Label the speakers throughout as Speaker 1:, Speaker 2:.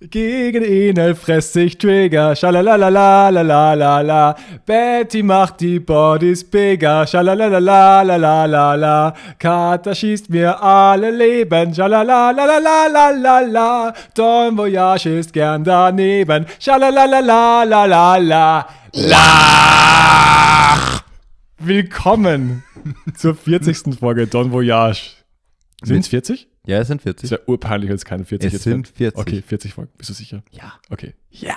Speaker 1: Gegen Enel fresst sich Trigger. Schalalalalalala. Betty macht die Bodies bigger. Schalalalalalala. Kater schießt mir alle Leben. Schalalalalalala. Don Voyage ist gern daneben. Schalalalalalala. Lach! Willkommen zur 40. Folge Don Voyage. Sind 40?
Speaker 2: Ja, es sind 40.
Speaker 1: Ist ja urpeinlich, wenn es keine 40
Speaker 2: Es
Speaker 1: jetzt
Speaker 2: sind
Speaker 1: wird.
Speaker 2: 40.
Speaker 1: Okay, 40 Folgen. Bist du sicher?
Speaker 2: Ja.
Speaker 1: Okay. Ja!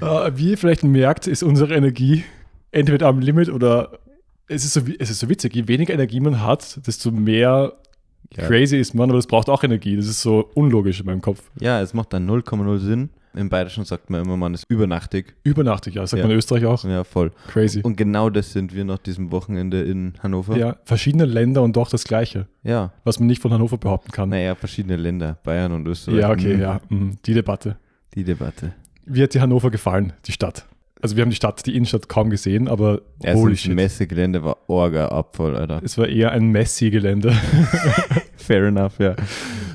Speaker 1: äh, wie ihr vielleicht merkt, ist unsere Energie entweder am Limit oder es ist so, wi- es ist so witzig. Je weniger Energie man hat, desto mehr
Speaker 2: Ja.
Speaker 1: crazy ist man, aber das braucht auch Energie. Das ist so unlogisch in meinem Kopf.
Speaker 2: Ja, es macht dann 0,0 Sinn. Im Bayerischen sagt man immer, man ist übernachtig.
Speaker 1: Übernachtig, ja, sagt
Speaker 2: Ja.
Speaker 1: man in Österreich auch.
Speaker 2: Ja, voll.
Speaker 1: Crazy.
Speaker 2: Und genau das sind wir nach diesem Wochenende in Hannover.
Speaker 1: ja, verschiedene Länder und doch das Gleiche,
Speaker 2: ja.
Speaker 1: was man nicht von Hannover behaupten kann.
Speaker 2: Naja, verschiedene Länder. Bayern und Österreich.
Speaker 1: ja, okay,
Speaker 2: Mhm.
Speaker 1: ja. mhm, Die Debatte.
Speaker 2: Die Debatte.
Speaker 1: Wie hat dir Hannover gefallen, die Stadt? Also wir haben die Stadt, die Innenstadt kaum gesehen, aber holy
Speaker 2: Erstens,
Speaker 1: shit.
Speaker 2: Messegelände war orga abvoll, Alter.
Speaker 1: es war eher ein Messi-Gelände.
Speaker 2: Fair enough, ja.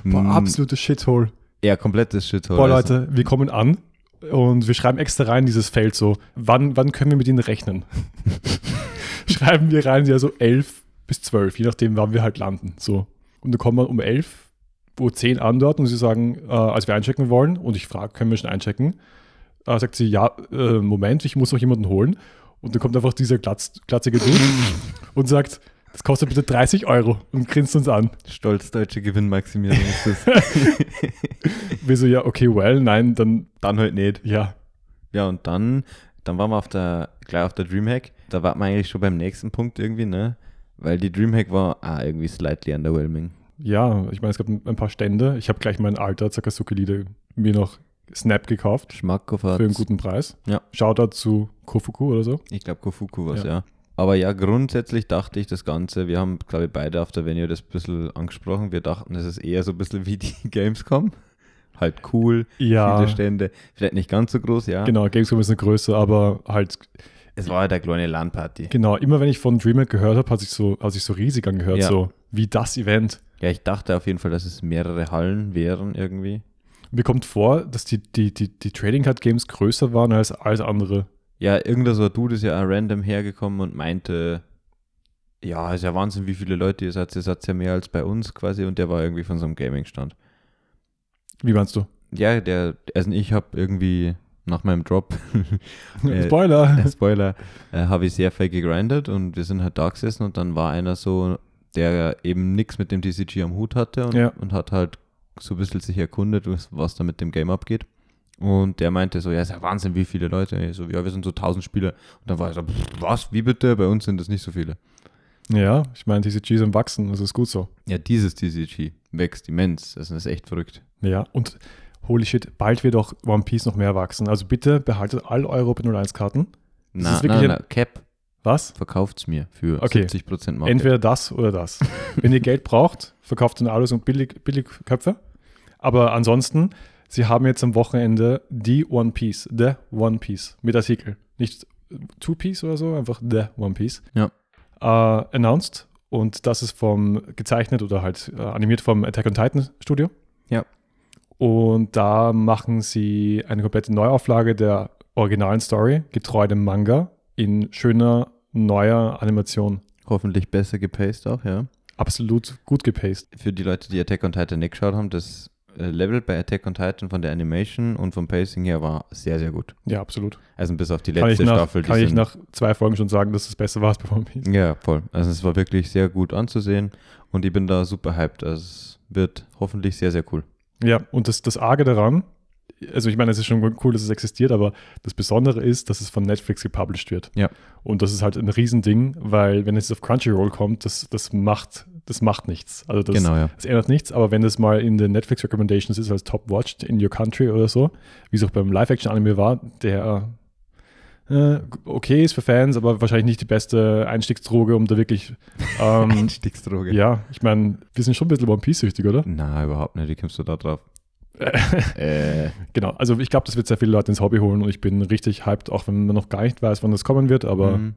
Speaker 1: Boah,
Speaker 2: Mm,
Speaker 1: absolutes Shithole.
Speaker 2: Ja, komplettes Shithole.
Speaker 1: Boah,
Speaker 2: Also,
Speaker 1: Leute, wir kommen an und wir schreiben extra rein dieses Feld so, wann, wann können wir mit ihnen rechnen? schreiben wir rein, ja so elf bis zwölf, je nachdem, wann wir halt landen. So. Und dann kommen wir um elf, Uhr zehn an dort und sie sagen, äh, als wir einchecken wollen, und ich frage, können wir schon einchecken? Äh, sagt sie, ja, äh, Moment, ich muss noch jemanden holen. Und dann kommt einfach dieser glatz, glatzige Dude und sagt, das kostet bitte 30 Euro und grinst uns an.
Speaker 2: Stolz deutsche Gewinnmaximierung ist das.
Speaker 1: Wir so, ja, okay, well, nein, dann,
Speaker 2: Dann halt nicht.
Speaker 1: ja,
Speaker 2: Ja, und dann, dann waren wir auf der, gleich auf der Dreamhack. Da waren wir eigentlich schon beim nächsten Punkt irgendwie, ne? Weil die Dreamhack war ah, irgendwie slightly underwhelming.
Speaker 1: Ja, ich meine, es gab ein ein paar Stände. Ich habe gleich mein alter Zakasuki-Lieder mir noch Snap gekauft
Speaker 2: Schmackhoff
Speaker 1: für einen guten Preis.
Speaker 2: Ja.
Speaker 1: Shoutout zu Kofuku oder so.
Speaker 2: ich glaube, Kofuku war
Speaker 1: Ja.
Speaker 2: ja. Aber ja, grundsätzlich dachte ich das Ganze, wir haben, glaube ich, beide auf der Venue das ein bisschen angesprochen. Wir dachten, es ist eher so ein bisschen wie die Gamescom. Halt cool,
Speaker 1: Ja,
Speaker 2: viele Stände. Vielleicht nicht ganz so groß, ja.
Speaker 1: genau. Gamescom ist eine Größe, aber halt,
Speaker 2: Es war halt eine kleine LAN-Party.
Speaker 1: genau. Immer wenn ich von Dreamhack gehört habe, hat sich so, hat sich so riesig angehört,
Speaker 2: Ja.
Speaker 1: so wie das Event.
Speaker 2: Ja, ich dachte auf jeden Fall, dass es mehrere Hallen wären irgendwie.
Speaker 1: Mir kommt vor, dass die, die, die, die Trading Card Games größer waren als alles andere.
Speaker 2: Ja, irgendein so ein Dude ist ja auch random hergekommen und meinte, ja, ist ja Wahnsinn, wie viele Leute ihr seid. Ihr seid ja mehr als bei uns quasi. Und der war irgendwie von so einem Gaming-Stand.
Speaker 1: Wie meinst du?
Speaker 2: Ja, der, also ich habe irgendwie nach meinem Drop, Äh,
Speaker 1: Spoiler!
Speaker 2: Spoiler, äh, habe ich sehr viel gegrindet und wir sind halt da gesessen und dann war einer so, der eben nichts mit dem TCG am Hut hatte und,
Speaker 1: Ja.
Speaker 2: und hat halt so ein bisschen sich erkundet, was, was da mit dem Game abgeht. Und der meinte so, ja, ist ja Wahnsinn, wie viele Leute. Ich so, ja, wir sind so 1000 Spieler. Und dann war er so, "Pff, was, wie bitte? Bei uns sind das nicht so viele.
Speaker 1: Ja, ich meine, TCG sind wachsen, das ist gut so.
Speaker 2: Ja, dieses TCG wächst immens. Also Das ist echt verrückt.
Speaker 1: Ja, und holy shit, bald wird auch One Piece noch mehr wachsen. Also bitte behaltet all eure Open 01 Karten. Das
Speaker 2: Na,
Speaker 1: ist
Speaker 2: na,
Speaker 1: wirklich
Speaker 2: na,
Speaker 1: ein-
Speaker 2: Cap
Speaker 1: Was?
Speaker 2: verkauft's mir für
Speaker 1: Okay.
Speaker 2: 70% Marke.
Speaker 1: Entweder das oder das. Wenn ihr Geld braucht, verkauft dann alles und billig, billig Köpfe. Aber ansonsten, sie haben jetzt am Wochenende die One Piece, The One Piece mit Artikel. Nicht Two Piece oder so, einfach The One Piece.
Speaker 2: Ja.
Speaker 1: Äh, announced. Und das ist vom gezeichnet oder halt äh, animiert vom Attack on Titan Studio.
Speaker 2: Ja.
Speaker 1: Und da machen sie eine komplette Neuauflage der originalen Story, getreu dem Manga, in schöner, neuer Animation.
Speaker 2: Hoffentlich besser gepaced auch, ja.
Speaker 1: Absolut gut gepaced.
Speaker 2: Für die Leute, die Attack on Titan nicht geschaut haben, das äh, Level bei Attack on Titan von der Animation und vom Pacing her war sehr, sehr gut.
Speaker 1: Ja, absolut.
Speaker 2: Also bis auf die
Speaker 1: Kann ich,
Speaker 2: letzte
Speaker 1: nach,
Speaker 2: Staffel.
Speaker 1: kann
Speaker 2: die
Speaker 1: ich
Speaker 2: sind-
Speaker 1: nach zwei Folgen schon sagen, dass das Beste war als bei One Piece.
Speaker 2: ja, voll. Also es war wirklich sehr gut anzusehen und ich bin da super hyped. Also es wird hoffentlich sehr, sehr cool.
Speaker 1: Ja, und das, das Arge daran, also ich meine, es ist schon cool, dass es existiert, aber das Besondere ist, dass es von Netflix gepublished wird.
Speaker 2: Ja.
Speaker 1: Und das ist halt ein Riesending, weil wenn es auf Crunchyroll kommt, das, das macht, das macht nichts. Also das,
Speaker 2: genau, ja.
Speaker 1: das ändert nichts, aber wenn das mal in den Netflix Recommendations ist, als Top Watched in Your Country oder so, wie es auch beim Live-Action-Anime war, der äh, okay ist für Fans, aber wahrscheinlich nicht die beste Einstiegsdroge, um da wirklich ähm,
Speaker 2: Einstiegsdroge.
Speaker 1: Ja, ich meine, wir sind schon ein bisschen One Piece-süchtig, oder?
Speaker 2: Na, überhaupt nicht. Wie kommst du da drauf? äh,
Speaker 1: Genau. Also ich glaube, das wird sehr viele Leute ins Hobby holen und ich bin richtig hyped, auch wenn man noch gar nicht weiß, wann das kommen wird, aber
Speaker 2: mhm.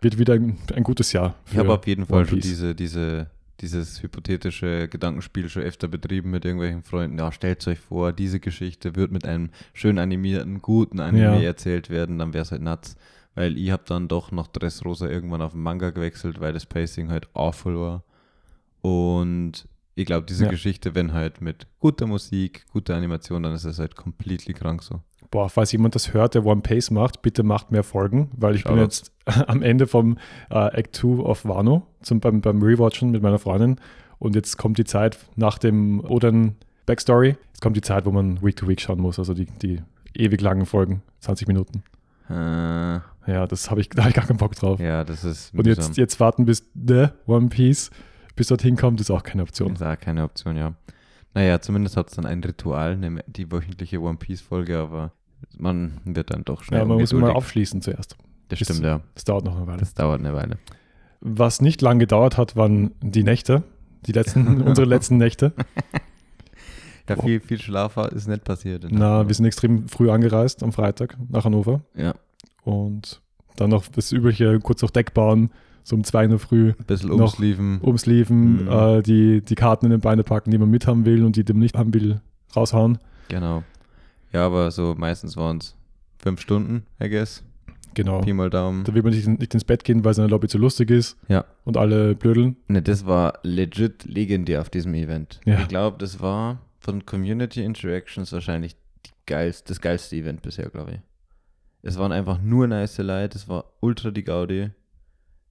Speaker 1: wird wieder ein, ein gutes Jahr.
Speaker 2: Ich habe auf jeden Fall
Speaker 1: One
Speaker 2: schon
Speaker 1: Piece.
Speaker 2: diese, diese, dieses hypothetische Gedankenspiel schon öfter betrieben mit irgendwelchen Freunden. Ja, stellt euch vor, diese Geschichte wird mit einem schön animierten, guten Anime
Speaker 1: Ja.
Speaker 2: erzählt werden, dann wäre es halt nuts. Weil ich habe dann doch nach Dressrosa irgendwann auf den Manga gewechselt, weil das Pacing halt awful war. Und ich glaube, diese
Speaker 1: Ja.
Speaker 2: Geschichte, wenn halt mit guter Musik, guter Animation, dann ist es halt completely krank so.
Speaker 1: Boah, falls jemand das hört, der One Piece macht, bitte macht mehr Folgen, weil ich bin
Speaker 2: Shoutouts.
Speaker 1: jetzt am Ende vom äh, Act 2 of Wano zum, beim, beim Rewatchen mit meiner Freundin und jetzt kommt die Zeit nach dem Oden Backstory, jetzt kommt die Zeit, wo man Week to Week schauen muss, also die, die ewig langen Folgen, 20 Minuten.
Speaker 2: Äh,
Speaker 1: Ja, das habe ich, da habe ich gar keinen Bock drauf.
Speaker 2: ja, das ist
Speaker 1: und
Speaker 2: mühsam.
Speaker 1: jetzt, jetzt warten, bis The One Piece bis dorthin kommt, ist auch keine Option.
Speaker 2: Ist auch keine Option, ja. Naja, zumindest hat es dann ein Ritual, ne, die wöchentliche One Piece-Folge, aber man wird dann doch schnell.
Speaker 1: Ja, man muss immer
Speaker 2: ungeduldig.
Speaker 1: aufschließen zuerst.
Speaker 2: Das stimmt, ja.
Speaker 1: Das dauert noch eine Weile.
Speaker 2: Das dauert eine Weile.
Speaker 1: Was nicht lang gedauert hat, waren die Nächte. Die letzten, unsere letzten Nächte.
Speaker 2: Ja, viel, viel Schlaf war- ist nicht passiert. in
Speaker 1: Na,
Speaker 2: Hamburg.
Speaker 1: wir sind extrem früh angereist am Freitag nach Hannover
Speaker 2: ja,
Speaker 1: und dann noch das übliche, kurz noch Deck bauen, so um 2 Uhr früh
Speaker 2: ein bisschen
Speaker 1: noch- um-
Speaker 2: umschliefen.
Speaker 1: umsleeven,
Speaker 2: Mhm.
Speaker 1: äh, die, die Karten in den Beine packen, die man mithaben will und die, die man nicht haben will, raushauen.
Speaker 2: Genau. Ja, aber so meistens waren es fünf Stunden, I guess.
Speaker 1: Genau.
Speaker 2: Pi mal Daumen.
Speaker 1: Da will man nicht, nicht ins Bett gehen, weil seine Lobby zu lustig ist
Speaker 2: Ja.
Speaker 1: und alle blödeln.
Speaker 2: Ne, das war legit legendär auf diesem Event.
Speaker 1: Ja.
Speaker 2: Ich glaube, das war von Community Interactions wahrscheinlich die geilst, das geilste Event bisher, glaube ich. Es waren einfach nur nice Leute, es war ultra die Gaudi.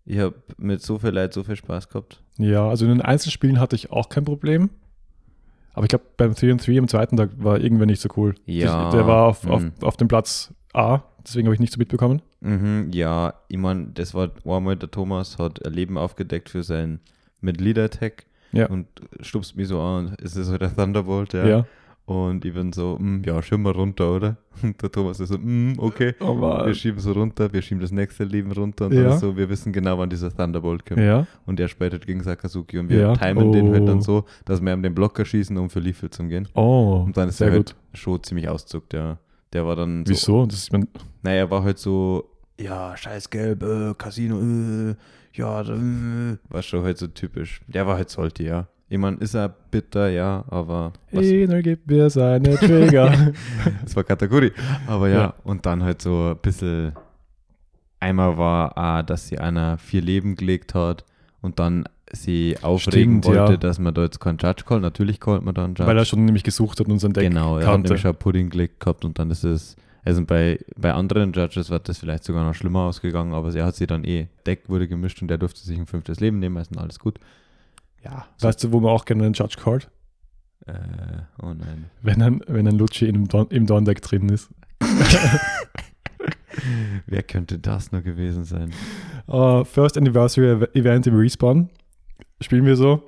Speaker 2: Ich habe mit so viel Leid so viel Spaß gehabt.
Speaker 1: Ja, also in den Einzelspielen hatte ich auch kein Problem. Aber ich glaube, beim 3 and 3 am zweiten Tag war irgendwer nicht so cool.
Speaker 2: Ja.
Speaker 1: Das, der war auf, auf,
Speaker 2: Mhm.
Speaker 1: auf dem Platz A, deswegen habe ich nicht so mitbekommen.
Speaker 2: Mhm, ja, ich mein, das war einmal der Thomas hat ein Leben aufgedeckt für sein mit Leader Tag
Speaker 1: Ja.
Speaker 2: und stupst mich so an, es ist so der Thunderbolt, ja.
Speaker 1: Ja.
Speaker 2: Und ich bin so, "Mm, ja, schön mal runter, oder? Und der Thomas ist so, "Mm, okay.
Speaker 1: Oh Mann.
Speaker 2: wir schieben so runter, wir schieben das nächste Leben runter und
Speaker 1: Ja.
Speaker 2: dann so, wir wissen genau, wann dieser Thunderbolt kommt.
Speaker 1: ja.
Speaker 2: Und er spaltet gegen Sakazuki und wir
Speaker 1: Ja.
Speaker 2: timen den halt dann
Speaker 1: Oh.
Speaker 2: so, dass wir ihm den Blocker schießen, um für Liefel zu gehen.
Speaker 1: Oh,
Speaker 2: Und dann ist
Speaker 1: sehr
Speaker 2: er
Speaker 1: gut.
Speaker 2: halt schon ziemlich auszuckt, ja. Der war dann so,
Speaker 1: Wieso? Das ist, ich mein,
Speaker 2: naja, er war halt so, ja, scheiß Gelb, äh, Casino, äh, ja, äh, war schon halt so typisch. Der war halt sollte, ja. Ich meine, ist er bitter, ja, aber was,
Speaker 1: Enel gibt mir seine Trigger.
Speaker 2: Das war Kategorie. Aber ja,
Speaker 1: Ja.
Speaker 2: und dann halt so ein bisschen. Einmal war, ah, dass sie einer vier Leben gelegt hat und dann sie aufregen
Speaker 1: Stimmt,
Speaker 2: wollte,
Speaker 1: ja.
Speaker 2: dass man da jetzt keinen Judge callt. Natürlich callt man da einen Judge.
Speaker 1: Weil er schon nämlich gesucht hat und sein Deck
Speaker 2: genau, er hat
Speaker 1: kannte.
Speaker 2: nämlich schon einen Pudding gelegt gehabt und dann ist es. Also bei, bei anderen Judges wird das vielleicht sogar noch schlimmer ausgegangen, aber sie hat sie dann eh. Deck wurde gemischt und der durfte sich ein fünftes Leben nehmen, also alles gut.
Speaker 1: ja. Weißt du, wo man auch gerne einen Judge callt?
Speaker 2: Äh, oh nein.
Speaker 1: Wenn ein, wenn ein Lucci in einem Don, im Dorn-Deck drin ist.
Speaker 2: Wer könnte das nur gewesen sein?
Speaker 1: Äh, First Anniversary Ev- Event im Respawn. Spielen wir so.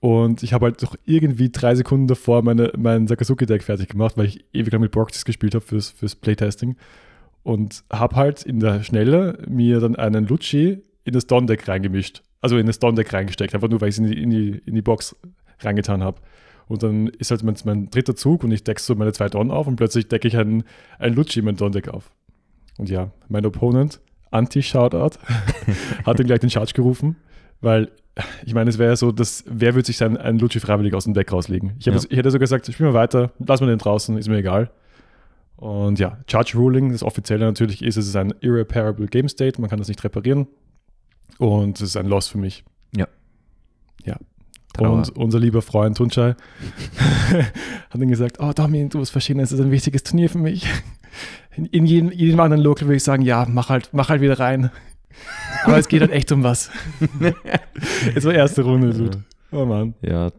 Speaker 1: Und ich habe halt doch irgendwie drei Sekunden davor meine, mein Sakazuki-Deck fertig gemacht, weil ich ewig lang mit Proxies gespielt habe fürs, fürs Playtesting. Und habe halt in der Schnelle mir dann einen Lucci in das Don-Deck reingemischt. Also in das Don-Deck reingesteckt, einfach nur, weil ich es in die, in, die, in die Box reingetan habe. Und dann ist halt mein, mein dritter Zug und ich decke so meine zwei Don auf und plötzlich decke ich einen, einen Lucci in mein Don-Deck auf. Und ja, mein Opponent, Anti-Shoutout, hat ihm gleich den Charge gerufen, weil ich meine, es wäre ja so, dass wer würde sich dann einen Lucci freiwillig aus dem Deck rauslegen? Ich, hab
Speaker 2: Ja.
Speaker 1: das, ich hätte sogar gesagt, spiel mal weiter, lass mal den draußen, ist mir egal. Und ja, Charge Ruling, das offizielle natürlich ist, es ist ein irreparable Game State, man kann das nicht reparieren. Und es ist ein Loss für mich.
Speaker 2: Ja.
Speaker 1: Ja.
Speaker 2: Trauer.
Speaker 1: Und unser lieber Freund Tunschei hat dann gesagt, oh Domin, du musst verstehen, es ist ein wichtiges Turnier für mich. In, in jedem, jedem anderen Local würde ich sagen, ja, mach halt, mach halt wieder rein. Aber es geht halt echt um was. es war erste Runde,
Speaker 2: Äh,
Speaker 1: Dude. Oh Mann.
Speaker 2: Ja,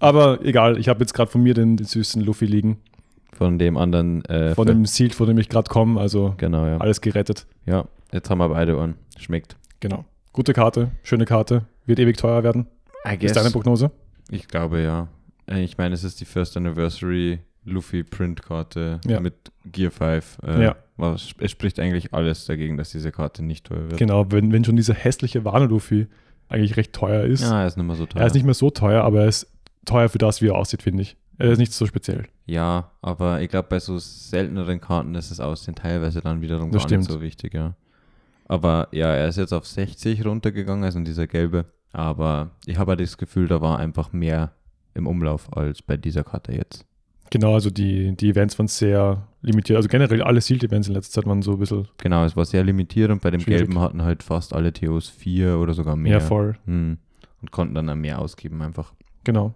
Speaker 1: Aber egal, ich habe jetzt gerade von mir den, den süßen Luffy liegen.
Speaker 2: von dem anderen. Äh,
Speaker 1: Von
Speaker 2: Ver-
Speaker 1: dem Seal, von dem ich gerade komme. Also
Speaker 2: Genau, ja.
Speaker 1: alles gerettet.
Speaker 2: Ja, jetzt haben wir beide Ohren. Schmeckt.
Speaker 1: Genau. Gute Karte, schöne Karte. Wird ewig teuer werden.
Speaker 2: I
Speaker 1: Ist deine Prognose?
Speaker 2: ich glaube ja. Äh, Ich meine, es ist die First Anniversary Luffy Printkarte
Speaker 1: Ja.
Speaker 2: mit Gear 5. Äh,
Speaker 1: Ja.
Speaker 2: was, es spricht eigentlich alles dagegen, dass diese Karte nicht teuer wird.
Speaker 1: Genau, wenn, wenn schon dieser hässliche Wano-Luffy eigentlich recht teuer ist.
Speaker 2: Ja, er Ah, ist nicht mehr so teuer.
Speaker 1: Genau. Er ist nicht mehr so teuer, aber er ist teuer für das, wie er aussieht, finde ich. Er ist nicht so speziell.
Speaker 2: ja, aber ich glaube, bei so selteneren Karten ist es aussehen teilweise dann wiederum
Speaker 1: Das
Speaker 2: gar
Speaker 1: stimmt.
Speaker 2: nicht so wichtig, ja. Aber ja, er ist jetzt auf 60 runtergegangen, also dieser gelbe. Aber ich habe halt das Gefühl, da war einfach mehr im Umlauf als bei dieser Karte jetzt.
Speaker 1: Genau, also die, die Events waren sehr limitiert. Also generell alle Sealed-Events in letzter Zeit waren so ein bisschen
Speaker 2: Genau, es war sehr limitiert und bei dem
Speaker 1: Schwierig.
Speaker 2: Gelben hatten halt fast alle TOs vier oder sogar mehr.
Speaker 1: mehr voll.
Speaker 2: Hm. Und konnten dann auch mehr ausgeben einfach.
Speaker 1: Genau.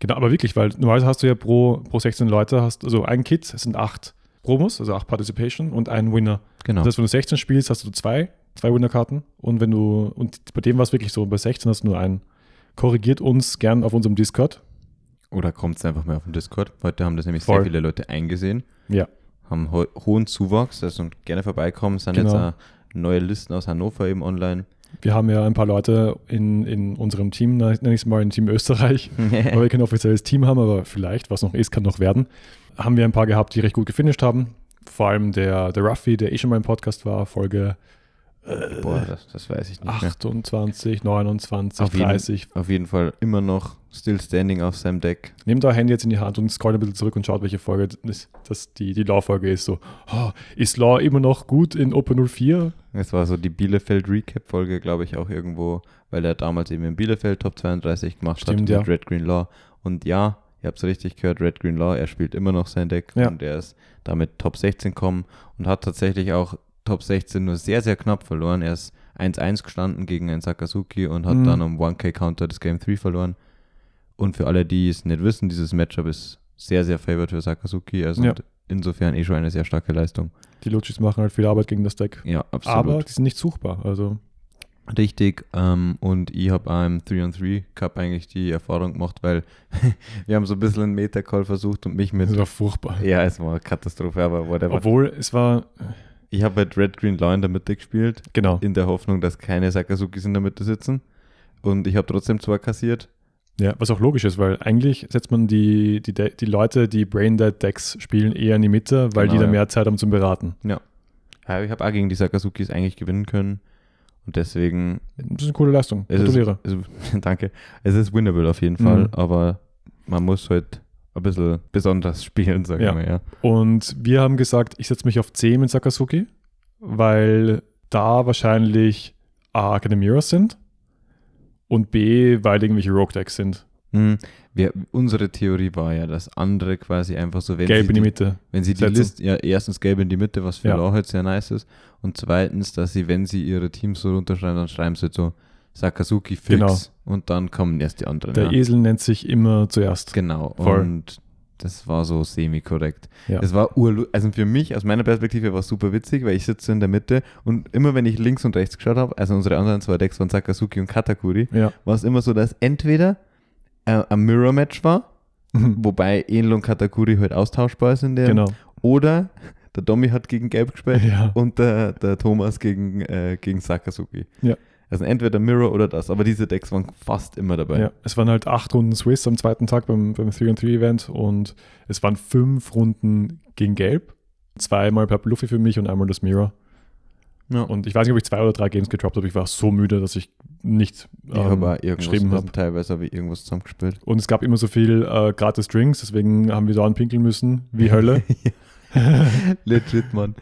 Speaker 1: Genau, aber wirklich, weil normalerweise hast du ja pro, pro 16 Leute, hast also ein Kit, es sind acht Promos, also acht Participation und ein Winner.
Speaker 2: Genau.
Speaker 1: Das heißt, wenn du 16 spielst, hast du zwei, zwei Winner-Karten und wenn du, und bei dem war es wirklich so, bei 16 hast du nur einen. Korrigiert uns gern auf unserem Discord.
Speaker 2: Oder kommt es einfach mehr auf den Discord. Heute haben das nämlich
Speaker 1: Voll.
Speaker 2: sehr viele Leute eingesehen,
Speaker 1: Ja,
Speaker 2: haben ho hohen Zuwachs, also gerne vorbeikommen. Es sind
Speaker 1: Genau.
Speaker 2: jetzt auch neue Listen aus Hannover eben online.
Speaker 1: wir haben ja ein paar Leute in, in unserem Team, nenne ich es mal, im Team Österreich, weil wir kein offizielles Team haben, aber vielleicht, was noch ist, kann noch werden. Haben wir ein paar gehabt, die recht gut gefinisht haben. Vor allem der, der Ruffy, der eh schon mal im Podcast war, Folge
Speaker 2: Boah, das, das weiß ich nicht mehr.
Speaker 1: 28, 29,
Speaker 2: Auf jeden-
Speaker 1: 30.
Speaker 2: Auf jeden Fall immer noch still standing auf seinem Deck.
Speaker 1: Nehmt euer Handy jetzt in die Hand und scrollt ein bisschen zurück und schaut, welche Folge das, das die, die Law-Folge ist. So, oh, ist Law immer noch gut in Open 04?
Speaker 2: Es war so die Bielefeld-Recap-Folge, glaube ich, auch irgendwo, weil er damals eben in Bielefeld Top 32 gemacht
Speaker 1: Stimmt,
Speaker 2: hat
Speaker 1: ja.
Speaker 2: mit Red Green Law. Und ja, ihr habt es richtig gehört, Red Green Law, er spielt immer noch sein Deck
Speaker 1: Ja.
Speaker 2: und er ist damit Top 16 gekommen und hat tatsächlich auch Top 16 nur sehr, sehr knapp verloren. Er ist 1-1 gestanden gegen einen Sakazuki und hat
Speaker 1: Mhm.
Speaker 2: dann um 1K-Counter das Game 3 verloren. Und für alle, die es nicht wissen, dieses Matchup ist sehr, sehr favored für Sakazuki. Also
Speaker 1: Ja.
Speaker 2: insofern eh schon eine sehr starke Leistung.
Speaker 1: Die Lutschis machen halt viel Arbeit gegen das Deck.
Speaker 2: Ja, absolut.
Speaker 1: Aber die sind nicht suchbar. Also,
Speaker 2: Richtig, ähm, und ich habe im 3-on-3 Cup eigentlich die Erfahrung gemacht, weil wir haben so ein bisschen einen Meta-Call versucht und mich
Speaker 1: das
Speaker 2: mit.
Speaker 1: war furchtbar.
Speaker 2: Ja, es war eine Katastrophe, aber whatever.
Speaker 1: Obwohl, es war,
Speaker 2: ich habe halt Red Green Law in der Mitte gespielt,
Speaker 1: genau,
Speaker 2: in der Hoffnung, dass keine Sakazukis in der Mitte sitzen. Und ich habe trotzdem zwei kassiert.
Speaker 1: ja, was auch logisch ist, weil eigentlich setzt man die, die, De- die Leute, die Braindead-Decks spielen, eher in die Mitte, weil
Speaker 2: Genau,
Speaker 1: die da
Speaker 2: ja.
Speaker 1: mehr Zeit haben zum Beraten.
Speaker 2: Ja, ich habe auch gegen die Sakazukis eigentlich gewinnen können. Und deswegen
Speaker 1: Das ist eine coole Leistung.
Speaker 2: Es ist-
Speaker 1: Gratuliere.
Speaker 2: Also, danke. Es ist winnable auf jeden
Speaker 1: Mhm.
Speaker 2: Fall, aber man muss halt ein bisschen besonders spielen, sagen
Speaker 1: Ja.
Speaker 2: wir, ja.
Speaker 1: Und wir haben gesagt, ich setze mich auf C mit Sakazuki, weil da wahrscheinlich A, Academiras sind und B, weil irgendwelche Rogue Decks sind.
Speaker 2: Hm, Wir, unsere Theorie war ja, dass andere quasi einfach so, wenn
Speaker 1: Gelb
Speaker 2: sie
Speaker 1: in die
Speaker 2: die,
Speaker 1: Mitte.
Speaker 2: wenn sie die
Speaker 1: setzen.
Speaker 2: Liste, ja, erstens gelb in die Mitte, was für
Speaker 1: Ja.
Speaker 2: Law halt sehr nice ist, und zweitens, dass sie, wenn sie ihre Teams so runterschreiben, dann schreiben sie halt so Sakazuki fix
Speaker 1: Genau.
Speaker 2: und dann kommen erst die anderen.
Speaker 1: Der
Speaker 2: ja.
Speaker 1: Esel nennt sich immer zuerst.
Speaker 2: Genau,
Speaker 1: Voll.
Speaker 2: und das war so semi-korrekt.
Speaker 1: Ja.
Speaker 2: Es war urlu also für mich, aus meiner Perspektive, war es super witzig, weil ich sitze in der Mitte und immer wenn ich links und rechts geschaut habe, also unsere anderen zwei Decks waren Sakazuki und Katakuri,
Speaker 1: Ja.
Speaker 2: war es immer so, dass entweder äh, ein Mirror-Match war, Wobei Enel und Katakuri halt austauschbar sind. Ja.
Speaker 1: Genau.
Speaker 2: Oder der Domi hat gegen Gelb gespielt
Speaker 1: Ja.
Speaker 2: und der, der Thomas gegen, äh, gegen Sakazuki.
Speaker 1: Ja.
Speaker 2: Also entweder Mirror oder das. Aber diese Decks waren fast immer dabei.
Speaker 1: Ja. Es waren halt acht Runden Swiss am zweiten Tag beim, beim 3-on-3-Event und es waren fünf Runden gegen Gelb. Zweimal per Luffy für mich und einmal das Mirror.
Speaker 2: Ja.
Speaker 1: Und ich weiß nicht, ob ich zwei oder drei Games getroppt habe. Ich war so müde, dass ich nicht
Speaker 2: ich habe auch
Speaker 1: ähm,
Speaker 2: irgendwas
Speaker 1: geschrieben habe.
Speaker 2: müssen, Teilweise habe ich irgendwas zusammengespielt.
Speaker 1: Und es gab immer so viel äh, gratis Drinks, deswegen haben wir da pinkeln müssen, wie Hölle.
Speaker 2: Legit, Mann.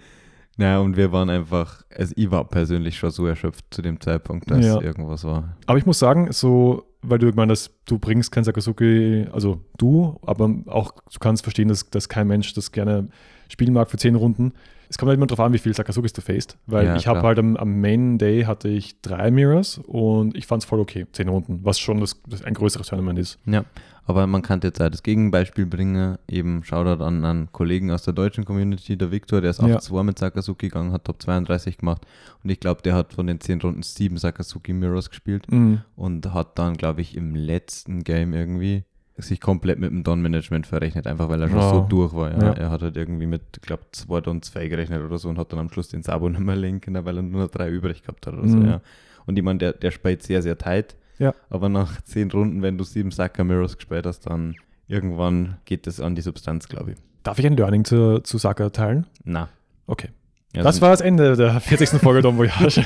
Speaker 2: Naja, und wir waren einfach, also ich war persönlich schon so erschöpft zu dem Zeitpunkt, dass
Speaker 1: Ja.
Speaker 2: irgendwas war.
Speaker 1: aber ich muss sagen, so, weil du gemeint hast, du bringst kein Sakazuki, also du, aber auch du kannst verstehen, dass, dass kein Mensch das gerne spielen mag für zehn Runden. Es kommt halt immer darauf an, wie viel Sakazukis du faced, weil
Speaker 2: Ja,
Speaker 1: ich habe
Speaker 2: klar.
Speaker 1: halt am, am Main Day hatte ich drei Mirrors und ich fand es voll okay, zehn Runden, was schon das, das ein größeres Tournament ist.
Speaker 2: Ja, aber man kann jetzt auch das Gegenbeispiel bringen. Eben Shoutout an einen Kollegen aus der deutschen Community, der Viktor, der ist
Speaker 1: Ja.
Speaker 2: 8-2 mit Sakazuki gegangen, hat Top 32 gemacht. Und ich glaube, der hat von den 10 Runden 7 Sakazuki Mirrors gespielt und hat dann, glaube ich, im letzten Game irgendwie sich komplett mit dem Don-Management verrechnet, einfach weil er schon
Speaker 1: Oh.
Speaker 2: so durch war. Ja.
Speaker 1: Ja.
Speaker 2: Er hat halt irgendwie mit, ich glaube, 2 Don 2 gerechnet oder so und hat dann am Schluss den Sabo nicht mehr lenken, können, weil er nur noch 3 übrig gehabt hat oder so.
Speaker 1: Mhm.
Speaker 2: Ja. Und ich meine, der, der spielt sehr, sehr tight.
Speaker 1: Ja.
Speaker 2: Aber nach 10 Runden, wenn du 7 Sucker Mirrors gespielt hast, dann irgendwann geht das an die Substanz, glaube ich.
Speaker 1: Darf ich ein Learning zu, zu Saka teilen?
Speaker 2: Na.
Speaker 1: Okay.
Speaker 2: Ja,
Speaker 1: das
Speaker 2: sind-
Speaker 1: war das Ende der 40. Folge Dom Voyage.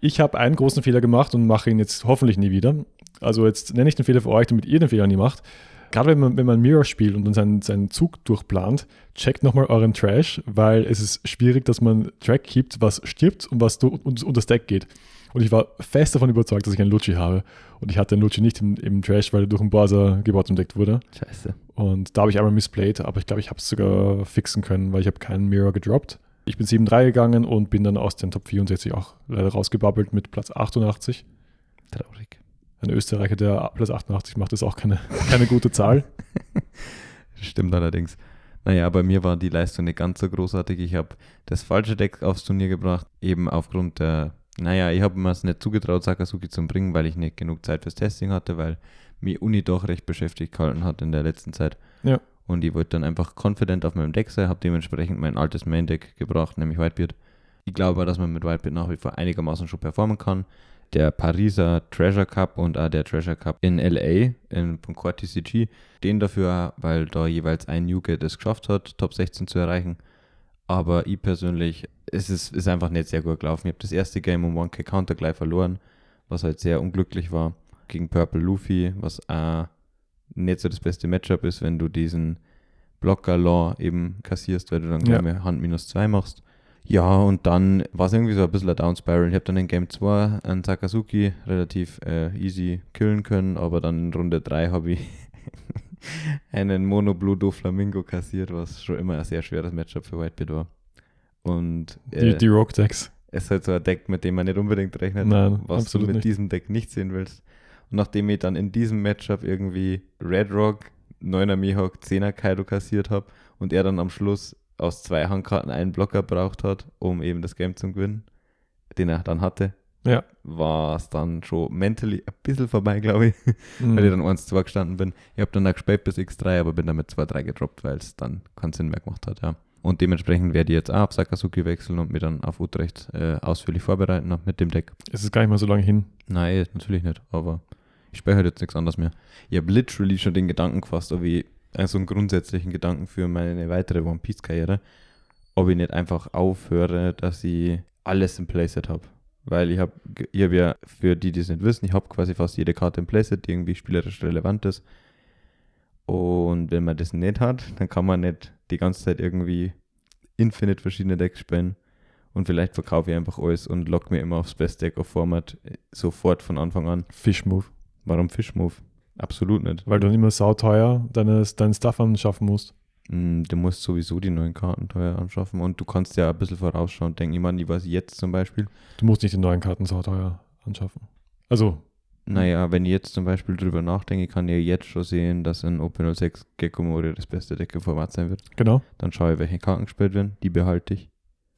Speaker 1: ich habe einen großen Fehler gemacht und mache ihn jetzt hoffentlich nie wieder. Also jetzt nenne ich den Fehler für euch, damit ihr den Fehler nie macht. Gerade wenn man, wenn man Mirror spielt und dann seinen, seinen Zug durchplant, checkt nochmal euren Trash, weil es ist schwierig, dass man Track gibt, was stirbt und was du, und, und das Deck geht. Und ich war fest davon überzeugt, dass ich einen Lucci habe. Und ich hatte einen Lucci nicht im, im Trash, weil er durch einen Borser gebaut entdeckt wurde.
Speaker 2: Scheiße.
Speaker 1: Und da habe ich einmal misplayed, aber ich glaube, ich habe es sogar fixen können, weil ich habe keinen Mirror gedroppt. Ich bin 7-3 gegangen und bin dann aus den Top 64 auch leider rausgebabbelt mit Platz 88.
Speaker 2: Traurig.
Speaker 1: Ein Österreicher, der Platz 88 macht, ist auch keine, keine gute Zahl.
Speaker 2: Stimmt allerdings. Naja, bei mir war die Leistung nicht ganz so großartig. Ich habe das falsche Deck aufs Turnier gebracht, eben aufgrund der, naja, ich habe mir es nicht zugetraut, Sakazuki zu bringen, weil ich nicht genug Zeit fürs Testing hatte, weil mir Uni doch recht beschäftigt gehalten hat in der letzten Zeit.
Speaker 1: Ja.
Speaker 2: Und ich wollte dann einfach confident auf meinem Deck sein, habe dementsprechend mein altes Main-Deck gebracht, nämlich Whitebeard. Ich glaube, dass man mit Whitebeard nach wie vor einigermaßen schon performen kann. Der Pariser Treasure Cup und auch der Treasure Cup in LA in, von Core TCG, den dafür, weil da jeweils ein Nuget es geschafft hat, Top 16 zu erreichen. Aber ich persönlich, es ist, ist einfach nicht sehr gut gelaufen. Ich habe das erste Game um 1K Counter gleich verloren, was halt sehr unglücklich war. Gegen Purple Luffy, was auch nicht so das beste Matchup ist, wenn du diesen Blocker-Law eben kassierst, weil du dann gleich
Speaker 1: Ja.
Speaker 2: mehr Hand minus 2 machst. Ja, und dann war es irgendwie so ein bisschen ein Downspiral. Ich habe dann in Game 2 an Sakazuki relativ äh, easy killen können, aber dann in Runde 3 habe ich einen Mono Blue Do Flamingo kassiert, was schon immer ein sehr schweres Matchup für Whitebeard war. Und äh,
Speaker 1: Die, die Rogue Decks.
Speaker 2: es ist halt so ein Deck, mit dem man nicht unbedingt rechnet,
Speaker 1: Nein,
Speaker 2: was du
Speaker 1: absolut
Speaker 2: mit
Speaker 1: nicht.
Speaker 2: diesem Deck nicht sehen willst. Und nachdem ich dann in diesem Matchup irgendwie Red Rock, 9er Mihawk, 10er Kaido kassiert habe und er dann am Schluss aus zwei Handkarten einen Blocker braucht hat, um eben das Game zu gewinnen, den er dann hatte,
Speaker 1: Ja.
Speaker 2: war es dann schon mentally ein bisschen vorbei, glaube ich, weil ich
Speaker 1: Mhm.
Speaker 2: dann 1-2 gestanden bin. Ich habe dann auch gespielt bis X3, aber bin dann mit 2-3 gedroppt, weil es dann keinen Sinn mehr gemacht hat, ja. Und dementsprechend werde ich jetzt auch auf Sakazuki wechseln und mir dann auf Utrecht äh, ausführlich vorbereiten noch mit dem Deck.
Speaker 1: Mm. Es ist gar nicht mal so lange hin.
Speaker 2: Nein, natürlich nicht, aber ich speichere jetzt nichts anderes mehr. Ich habe literally schon den Gedanken gefasst, ob ich, also einen grundsätzlichen Gedanken für meine weitere One Piece Karriere, ob ich nicht einfach aufhöre, dass ich alles im Playset habe. Weil ich habe ich hab ja, für die, die es nicht wissen, ich habe quasi fast jede Karte im Playset, die irgendwie spielerisch relevant ist. Und wenn man das nicht hat, dann kann man nicht die ganze Zeit irgendwie infinite verschiedene Decks spielen. Und vielleicht verkaufe ich einfach alles und lock mir immer aufs Best Deck of Format äh, sofort von Anfang an.
Speaker 1: Fish Move.
Speaker 2: Warum Fischmove? Absolut nicht.
Speaker 1: Weil du dann immer sauteuer deine, deinen Stuff anschaffen musst.
Speaker 2: Mm, Du musst sowieso die neuen Karten teuer anschaffen und du kannst ja ein bisschen vorausschauen. Denk ich meine, ich weiß jetzt zum Beispiel,
Speaker 1: Du musst nicht die neuen Karten sauteuer anschaffen. Also,
Speaker 2: naja, wenn ich jetzt zum Beispiel drüber nachdenke, ich kann ja jetzt schon sehen, dass ein Open 06 Geckomori das beste Deck im Format sein wird.
Speaker 1: genau.
Speaker 2: Dann schaue ich, welche Karten gespielt werden, die behalte ich.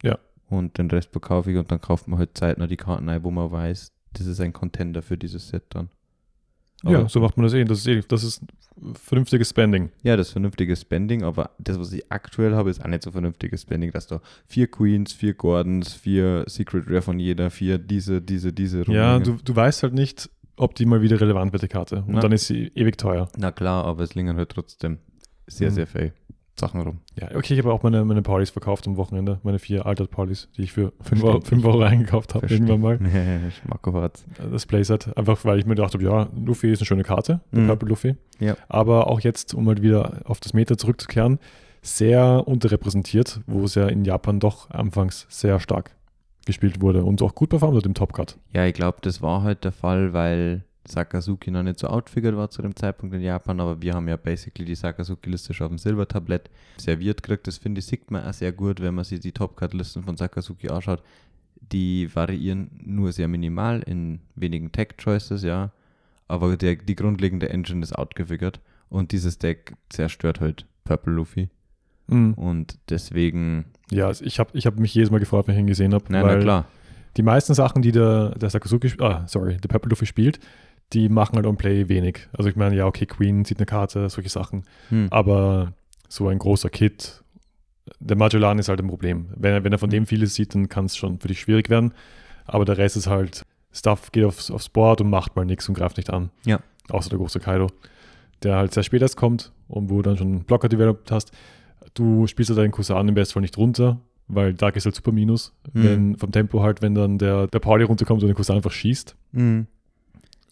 Speaker 1: Ja.
Speaker 2: Und den Rest verkaufe ich und dann kauft man halt zeitnah die Karten ein, wo man weiß, das ist ein Contender für dieses Set dann.
Speaker 1: Ja,
Speaker 2: Aber-
Speaker 1: so macht man das eh. Das ist, eh, das ist vernünftiges Spending.
Speaker 2: Ja, das vernünftige Spending, aber das, was ich aktuell habe, ist auch nicht so vernünftiges Spending, dass da vier Queens, vier Gordons, vier Secret Rare von jeder, vier diese, diese, diese
Speaker 1: Ja,
Speaker 2: rumhängen.
Speaker 1: du, du weißt halt nicht, ob die mal wieder relevant wird, die Karte. Und
Speaker 2: Na.
Speaker 1: dann ist sie ewig teuer.
Speaker 2: Na klar, aber es lingen halt trotzdem sehr,
Speaker 1: Mhm.
Speaker 2: sehr viel Sachen rum.
Speaker 1: Ja, okay, ich habe auch meine, meine Partys verkauft am Wochenende. Meine vier Altered Partys, die ich für fünf
Speaker 2: Verständlich.
Speaker 1: Euro, fünf Euro eingekauft habe,
Speaker 2: Verstehe.
Speaker 1: irgendwann mal.
Speaker 2: Marco Hartz.
Speaker 1: Das Playset. Einfach, weil ich mir gedacht habe, ja, Luffy ist eine schöne Karte. der
Speaker 2: Mhm.
Speaker 1: Purple Luffy.
Speaker 2: Ja.
Speaker 1: Aber auch jetzt, um halt wieder auf das Meta zurückzukehren, sehr unterrepräsentiert, wo es ja in Japan doch anfangs sehr stark gespielt wurde und auch gut performt hat im Top Cut.
Speaker 2: Ja, ich glaube, das war halt der Fall, weil Sakazuki noch nicht so outfigured war zu dem Zeitpunkt in Japan, aber wir haben ja basically die Sakazuki-Liste schon auf dem Silbertablett serviert gekriegt. Das finde ich, sieht man auch sehr gut, wenn man sich die Top-Card-Listen von Sakazuki anschaut. Die variieren nur sehr minimal in wenigen Tech-Choices, ja. Aber der, die grundlegende Engine ist outgefigured und dieses Deck zerstört halt Purple Luffy. Und deswegen,
Speaker 1: Ja, also ich habe ich hab mich jedes Mal gefreut, wenn ich ihn gesehen habe.
Speaker 2: na, na klar.
Speaker 1: Die meisten Sachen, die der, der Sakazuki, sp- ah, sorry, der Purple Luffy spielt, die machen halt on Play wenig. Also ich meine, ja, okay, Queen zieht eine Karte, solche Sachen.
Speaker 2: Hm.
Speaker 1: Aber so ein großer Kit, der Magellan ist halt ein Problem. Wenn, er- wenn er von dem vieles sieht, dann kann es schon für dich schwierig werden. Aber der Rest ist halt, Stuff geht aufs, aufs Board und macht mal nichts und greift nicht an.
Speaker 2: Ja.
Speaker 1: Außer der große Kaido, der halt sehr spät erst kommt und wo du dann schon einen Blocker developed hast. Du spielst halt deinen Kusan im Bestfall nicht runter, weil Dark ist halt super Minus.
Speaker 2: Mhm.
Speaker 1: Wenn, vom Tempo halt, wenn dann der, der Pauli runterkommt und den Kusan einfach schießt.
Speaker 2: Hm.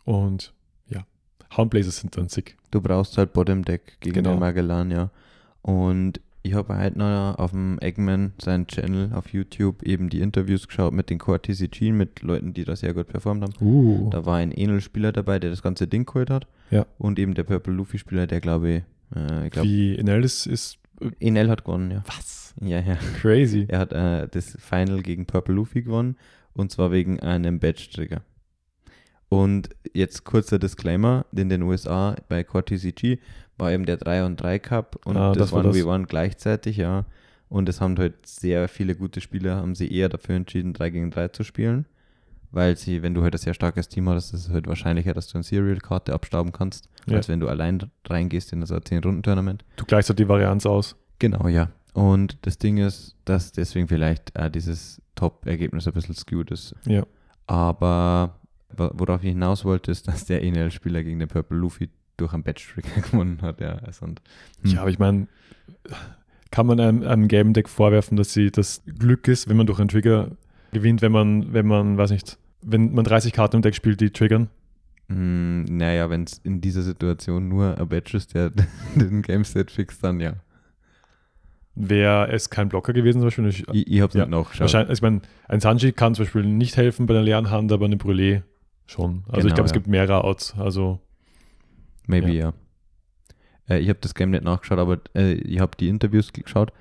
Speaker 1: Und ja, Houndblazers sind dann sick.
Speaker 2: Du brauchst halt Bottom Deck gegen
Speaker 1: Genau.
Speaker 2: den Magellan, ja. Und Ich habe heute noch auf dem Eggman, seinen Channel auf YouTube, eben die Interviews geschaut mit den Core TCG, mit Leuten, die da sehr gut performt haben.
Speaker 1: Uh.
Speaker 2: Da war ein Enel-Spieler dabei, der das ganze Ding geholt hat.
Speaker 1: Ja.
Speaker 2: Und eben der Purple Luffy-Spieler, der glaube ich, äh, ich glaube,
Speaker 1: Wie NL ist, ist
Speaker 2: Enel hat gewonnen, ja.
Speaker 1: was?
Speaker 2: Ja, ja.
Speaker 1: Crazy.
Speaker 2: Er hat äh, das Final gegen Purple Luffy gewonnen und zwar wegen einem Badge-Trigger. Und jetzt kurzer Disclaimer: In den USA bei Core TCG war eben der 3 und 3 Cup und
Speaker 1: Ah,
Speaker 2: das,
Speaker 1: das war das.
Speaker 2: 1v1 gleichzeitig, ja. Und es haben halt sehr viele gute Spieler, haben sie eher dafür entschieden, 3 gegen 3 zu spielen. Weil sie, wenn du halt ein sehr starkes Team hast, ist es halt wahrscheinlicher, dass du eine Serial-Karte abstauben kannst,
Speaker 1: Ja.
Speaker 2: als wenn du allein reingehst in das 10-Runden-Tournament.
Speaker 1: Du gleichst halt die Varianz aus.
Speaker 2: Genau, ja. Und das Ding ist, dass deswegen vielleicht äh, dieses Top-Ergebnis ein bisschen skewed ist.
Speaker 1: Ja.
Speaker 2: Aber wa- worauf ich hinaus wollte, ist, dass der NL-Spieler gegen den Purple Luffy durch einen Batch-Trigger gewonnen hat. Ja, also und, hm.
Speaker 1: Ja, aber ich meine, kann man einem, einem Game Deck vorwerfen, dass sie das Glück ist, wenn man durch einen Trigger gewinnt, wenn man, wenn man, weiß nicht, wenn man 30 Karten im Deck spielt, die triggern.
Speaker 2: Hm, naja, wenn es in dieser Situation nur ein Batch ist, der den Gameset fixt, dann ja.
Speaker 1: Wäre es kein Blocker gewesen, zum Beispiel. Ich,
Speaker 2: Ich, ich hab's
Speaker 1: Ja,
Speaker 2: nicht nachgeschaut.
Speaker 1: wahrscheinlich, also ich meine, ein Sanji kann zum Beispiel nicht helfen bei einer leeren Hand, aber eine Brûlé schon. Also
Speaker 2: Genau,
Speaker 1: ich glaube, es
Speaker 2: ja.
Speaker 1: gibt mehrere Outs. Also
Speaker 2: Maybe,
Speaker 1: Ja.
Speaker 2: ja. Äh, ich habe das Game nicht nachgeschaut, aber äh, ich habe die Interviews geschaut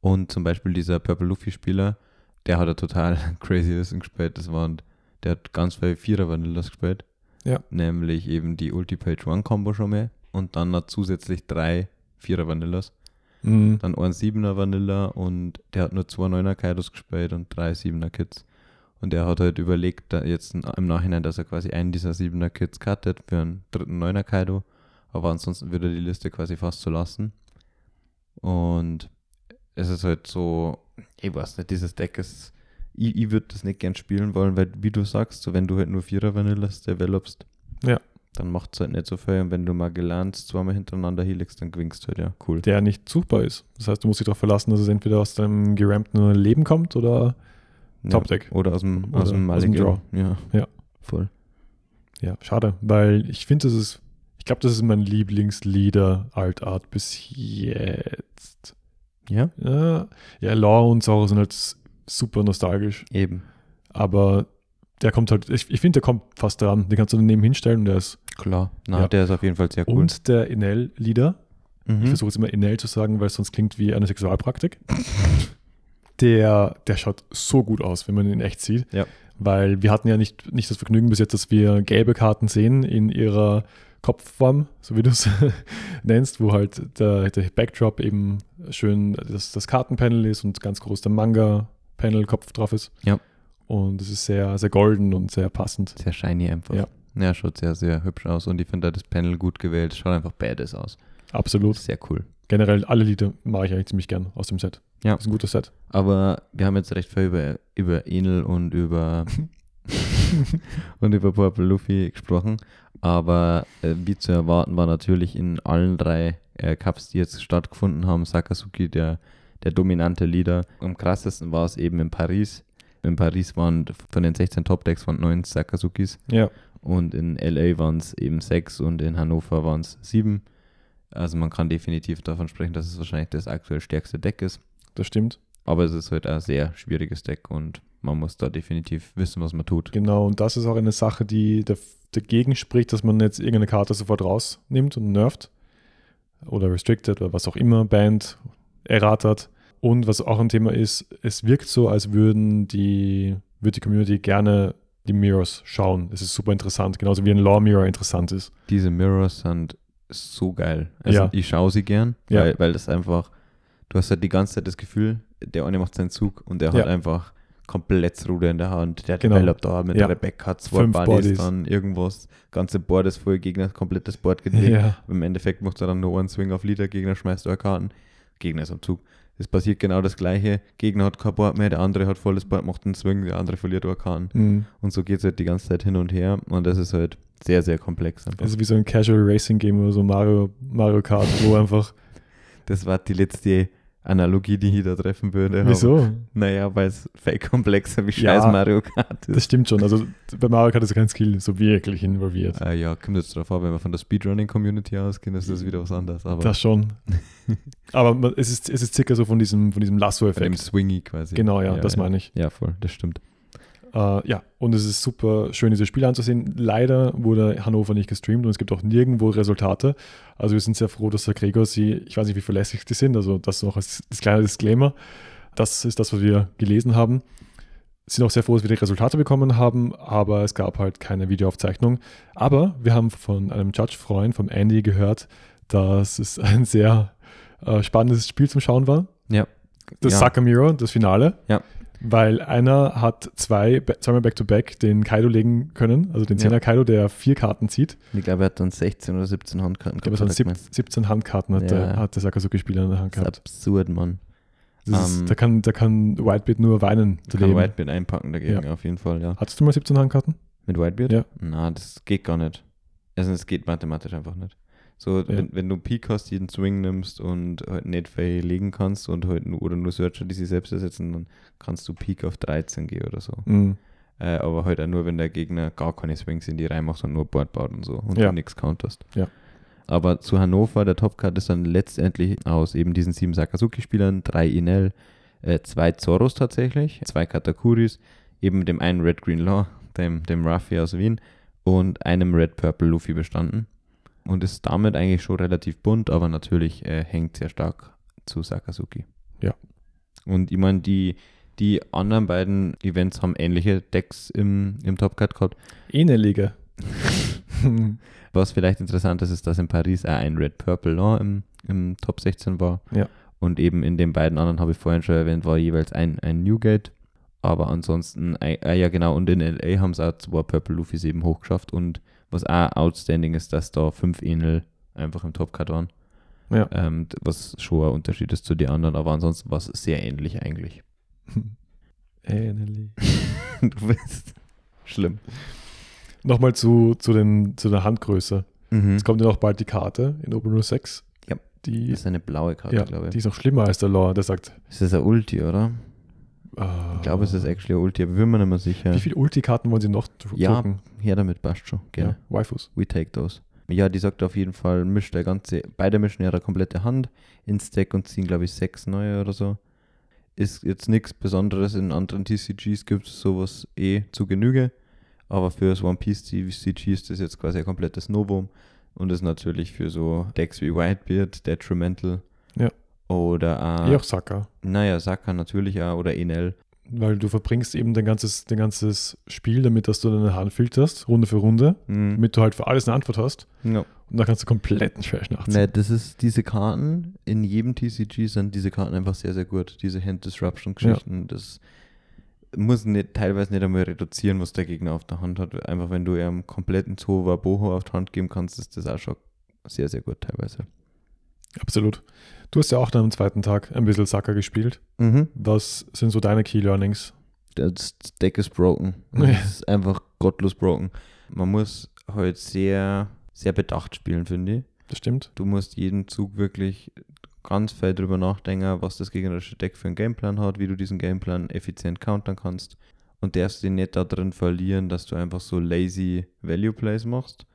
Speaker 2: und zum Beispiel dieser Purple Luffy-Spieler, der hat ja total crazy Listen gespielt. Das waren, der hat ganz viele Vierer Vanillas gespielt.
Speaker 1: Ja.
Speaker 2: Nämlich eben die Ulti-Page-One-Combo schon mal und dann noch zusätzlich drei Vierer Vanillas.
Speaker 1: mh,
Speaker 2: Dann ein Siebener Vanilla und der hat nur zwei Neuner Kaidos gespielt und drei Siebener Kids. Und der hat halt überlegt, da jetzt im Nachhinein, dass er quasi einen dieser Siebener Kids cuttet für einen dritten Neuner Kaido. Aber ansonsten würde er die Liste quasi fast so lassen. Und es ist halt so, ich weiß nicht, dieses Deck ist, ich, ich würde das nicht gern spielen wollen, weil wie du sagst, so wenn du halt nur Vierer Vanillas developst,
Speaker 1: Ja.
Speaker 2: dann macht es halt nicht so viel. Und wenn du mal gelernst, zweimal hintereinander helix, dann gewinnst du halt, ja, cool.
Speaker 1: der nicht suchbar ist. Das heißt, du musst dich darauf verlassen, dass es entweder aus deinem gerampten Leben kommt oder
Speaker 2: Ja.
Speaker 1: Topdeck.
Speaker 2: Oder aus dem,
Speaker 1: Oder
Speaker 2: aus dem
Speaker 1: aus dem
Speaker 2: Mulligan.
Speaker 1: Draw.
Speaker 2: Ja.
Speaker 1: Ja.
Speaker 2: Voll.
Speaker 1: Ja, schade, weil ich finde, das ist, ich glaube, das ist mein Lieblingslieder Altart bis jetzt.
Speaker 2: Ja?
Speaker 1: Ja, ja Law und Sauro sind halt s- super nostalgisch,
Speaker 2: Eben.
Speaker 1: aber der kommt halt, ich, ich finde, der kommt fast dran. Den kannst du daneben hinstellen und der ist.
Speaker 2: Klar. Na,
Speaker 1: Ja.
Speaker 2: der ist auf jeden Fall sehr cool.
Speaker 1: Und der Enel-Lieder, ich
Speaker 2: Mhm.
Speaker 1: versuche jetzt immer Enel zu sagen, weil es sonst klingt wie eine Sexualpraktik. Der, der schaut so gut aus, wenn man ihn in echt sieht.
Speaker 2: Ja.
Speaker 1: Weil wir hatten ja nicht, nicht das Vergnügen bis jetzt, dass wir gelbe Karten sehen in ihrer Kopfform, so wie du es nennst, wo halt der, der Backdrop eben schön das, das Kartenpanel ist und ganz groß der Manga-Panel-Kopf drauf ist.
Speaker 2: Ja.
Speaker 1: Und es ist sehr, sehr golden und sehr passend.
Speaker 2: Sehr shiny einfach.
Speaker 1: Ja.
Speaker 2: Ja, schaut sehr, sehr hübsch aus. Und ich finde da das Panel gut gewählt. Schaut einfach badass aus.
Speaker 1: Absolut.
Speaker 2: Sehr cool.
Speaker 1: Generell alle Lieder mag ich eigentlich ziemlich gern aus dem Set.
Speaker 2: Ja.
Speaker 1: Das ist ein gutes Set.
Speaker 2: Aber wir haben jetzt recht viel über, über Enel und über und über Purple Luffy gesprochen. Aber äh, wie zu erwarten war natürlich in allen drei äh, Cups, die jetzt stattgefunden haben, Sakazuki der, der dominante Leader. Am krassesten war es eben in Paris. In Paris waren von den 16 Top-Decks waren 9 Sakazukis
Speaker 1: Ja.
Speaker 2: und in LA waren es eben 6 und in Hannover waren es 7. Also man kann definitiv davon sprechen, dass es wahrscheinlich das aktuell stärkste Deck ist.
Speaker 1: Das stimmt.
Speaker 2: Aber es ist halt ein sehr schwieriges Deck und man muss da definitiv wissen, was man tut.
Speaker 1: Genau, und das ist auch eine Sache, die da- dagegen spricht, dass man jetzt irgendeine Karte sofort rausnimmt und nervt. Oder restricted oder was auch immer, banned, erratert. Und was auch ein Thema ist, es wirkt so, als würden die, würde die Community gerne die Mirrors schauen. Es ist super interessant, genauso wie ein Law Mirror interessant ist.
Speaker 2: Diese Mirrors sind so geil. Also
Speaker 1: Ja.
Speaker 2: ich schaue sie gern,
Speaker 1: Ja.
Speaker 2: weil, weil das einfach, du hast halt die ganze Zeit das Gefühl, der eine macht seinen Zug und der
Speaker 1: Ja.
Speaker 2: hat einfach komplett das Ruder in der Hand. Der
Speaker 1: Genau.
Speaker 2: developt da mit
Speaker 1: Ja.
Speaker 2: der Rebecca, hat zwei
Speaker 1: Fünf
Speaker 2: Buddies,
Speaker 1: Buddies.
Speaker 2: dann irgendwas, ganze Board ist voll Gegner, komplettes Board gelegt. Im Endeffekt macht er dann nur einen Swing auf Leader, Gegner schmeißt eure Karten, Gegner ist am Zug. Es passiert genau das gleiche. Gegner hat kein Board mehr, der andere hat volles Board, macht einen Swing, der andere verliert eure Karten.
Speaker 1: Mhm.
Speaker 2: Und so geht es halt die ganze Zeit hin und her. Und das ist halt sehr, sehr komplex. Einfach.
Speaker 1: Es ist wie so ein Casual Racing Game oder so Mario, Mario Kart, wo einfach
Speaker 2: Das war die letzte Analogie, die ich da treffen würde.
Speaker 1: Wieso?
Speaker 2: Naja, weil es fake-komplexer wie
Speaker 1: Ja.
Speaker 2: scheiß Mario Kart ist.
Speaker 1: Das stimmt schon. Also bei Mario Kart ist kein Skill so wirklich involviert.
Speaker 2: Äh, ja, kommt jetzt drauf an, wenn wir von der Speedrunning-Community ausgehen, ist das wieder was anderes. Aber
Speaker 1: Das schon. Aber man- es ist, es ist circa so von diesem, von diesem
Speaker 2: bei dem
Speaker 1: Lasso-Effekt.
Speaker 2: Swingy quasi.
Speaker 1: Genau, ja,
Speaker 2: Ja,
Speaker 1: das
Speaker 2: ja.
Speaker 1: meine ich.
Speaker 2: Ja, voll, das stimmt.
Speaker 1: Äh, ja, und es ist super schön, diese Spiele anzusehen. Leider wurde Hannover nicht gestreamt und es gibt auch nirgendwo Resultate. Also wir sind sehr froh, dass der Gregor sie, ich weiß nicht, wie verlässlich die sind, also das noch als das kleine Disclaimer. Das ist das, was wir gelesen haben. Sind auch sehr froh, dass wir die Resultate bekommen haben, aber es gab halt keine Videoaufzeichnung. Aber wir haben von einem Judge-Freund, vom Andy, gehört, dass es ein sehr äh, spannendes Spiel zum Schauen war.
Speaker 2: Ja.
Speaker 1: Das
Speaker 2: ja.
Speaker 1: Sucker Mirror, das Finale.
Speaker 2: Ja.
Speaker 1: Weil einer hat zwei, zweimal Back-to-Back den Kaido legen können, also den
Speaker 2: Ja.
Speaker 1: 10er Kaido, der vier Karten zieht.
Speaker 2: Ich glaube, er hat dann 16 oder 17 Handkarten
Speaker 1: Ich glaube, es waren sieb- 17 Handkarten hat, der,
Speaker 2: ne? Ja.
Speaker 1: hat der Sakazuki-Spieler in der Hand
Speaker 2: Das ist
Speaker 1: gehabt.
Speaker 2: absurd, Mann.
Speaker 1: Das ist,
Speaker 2: Ähm,
Speaker 1: da, kann, da kann Whitebeard nur weinen.
Speaker 2: Du
Speaker 1: daneben.
Speaker 2: kannst Whitebeard einpacken dagegen, auf jeden Fall, ja.
Speaker 1: Hattest du mal 17 Handkarten?
Speaker 2: Mit Whitebeard?
Speaker 1: Ja.
Speaker 2: Na, das geht gar nicht. Also, es geht mathematisch einfach nicht. So, wenn, wenn du Peak hast, jeden Swing nimmst und halt Netfay legen kannst und halt nur, oder nur Searcher, die sich selbst ersetzen, dann kannst du Peak auf 13 gehen oder so.
Speaker 1: Mhm.
Speaker 2: Äh, aber halt auch nur, wenn der Gegner gar keine Swings in die reinmacht und nur Board baut und so und
Speaker 1: Ja.
Speaker 2: du nichts counterst.
Speaker 1: Ja.
Speaker 2: Aber zu Hannover, der Topcard ist dann letztendlich aus eben diesen sieben Sakazuki-Spielern, drei Inel, äh, zwei Zoros tatsächlich, zwei Katakuris, eben dem einen Red Green Law, dem, dem Ruffy aus Wien und einem Red Purple Luffy bestanden. Und ist damit eigentlich schon relativ bunt, aber natürlich äh, hängt sehr stark zu Sakazuki.
Speaker 1: Ja.
Speaker 2: Und ich meine, die, die anderen beiden Events haben ähnliche Decks im, im Top Cut gehabt.
Speaker 1: Enelige.
Speaker 2: Was vielleicht interessant ist, ist, dass in Paris auch ein Red Purple Law im, im Top 16 war.
Speaker 1: Ja.
Speaker 2: Und eben in den beiden anderen, habe ich vorhin schon erwähnt, war jeweils ein, ein Newgate. Aber ansonsten, äh, äh, ja genau, und in LA haben es auch zwei Purple Luffys eben hochgeschafft. Und was auch outstanding ist, dass da fünf Ähnel einfach im Top Cut waren.
Speaker 1: Ja.
Speaker 2: Ähm, d- was schon ein Unterschied ist zu den anderen, aber ansonsten war es sehr ähnlich eigentlich.
Speaker 1: Ähnlich.
Speaker 2: du bist schlimm.
Speaker 1: Nochmal zu, zu, den, zu der Handgröße.
Speaker 2: Mhm.
Speaker 1: Es kommt ja noch bald die Karte in Open Rule 6.
Speaker 2: Ja.
Speaker 1: Die,
Speaker 2: Das ist eine blaue Karte,
Speaker 1: ja,
Speaker 2: glaube
Speaker 1: die ist
Speaker 2: ich.
Speaker 1: noch schlimmer als der Lore, der sagt.
Speaker 2: Ist das ein Ulti, oder?
Speaker 1: ah,
Speaker 2: Ich glaube, es ist actually ein Ulti, aber bin mir nicht mehr sicher.
Speaker 1: Wie viele Ulti-Karten wollen sie noch dr-
Speaker 2: Ja, genau.
Speaker 1: drucken?
Speaker 2: Her damit, passt schon. Gerne.
Speaker 1: Ja, Waifus.
Speaker 2: We take those. Ja, die sagt auf jeden Fall, mischt der ganze, beide mischen ihre komplette Hand ins Deck und ziehen, glaube ich, sechs neue oder so. Ist jetzt nichts Besonderes, in anderen TCGs gibt es sowas eh zu Genüge, aber für das One Piece TCG ist das jetzt quasi ein komplettes Novum und ist natürlich für so Decks wie Whitebeard, Detrimental
Speaker 1: Ja.
Speaker 2: oder
Speaker 1: Eh
Speaker 2: äh,
Speaker 1: auch Saka.
Speaker 2: naja, Saka natürlich auch oder Enel.
Speaker 1: Weil du verbringst eben dein ganzes, dein ganzes Spiel damit, dass du deine Hand filterst, Runde für Runde,
Speaker 2: Mhm.
Speaker 1: damit du halt für alles eine Antwort hast.
Speaker 2: ja.
Speaker 1: Und dann kannst du kompletten Trash nachziehen.
Speaker 2: Ne, das ist diese Karten, in jedem TCG sind diese Karten einfach sehr, sehr gut. Diese Hand Disruption Geschichten, das muss nicht, teilweise nicht einmal reduzieren, was der Gegner auf der Hand hat. Einfach wenn du ihm kompletten Zova Boho auf die Hand geben kannst, ist das auch schon sehr, sehr gut teilweise.
Speaker 1: Absolut. Du hast ja auch dann am zweiten Tag ein bisschen Saka gespielt.
Speaker 2: Mhm.
Speaker 1: Was sind so deine Key Learnings?
Speaker 2: Das Deck ist broken.
Speaker 1: Ja.
Speaker 2: Es ist einfach gottlos broken. Man muss halt sehr, sehr bedacht spielen, finde ich.
Speaker 1: Das stimmt.
Speaker 2: Du musst jeden Zug wirklich ganz fett drüber nachdenken, was das gegnerische Deck für einen Gameplan hat, wie du diesen Gameplan effizient countern kannst und darfst den nicht da drin verlieren, dass du einfach so lazy Value Plays machst,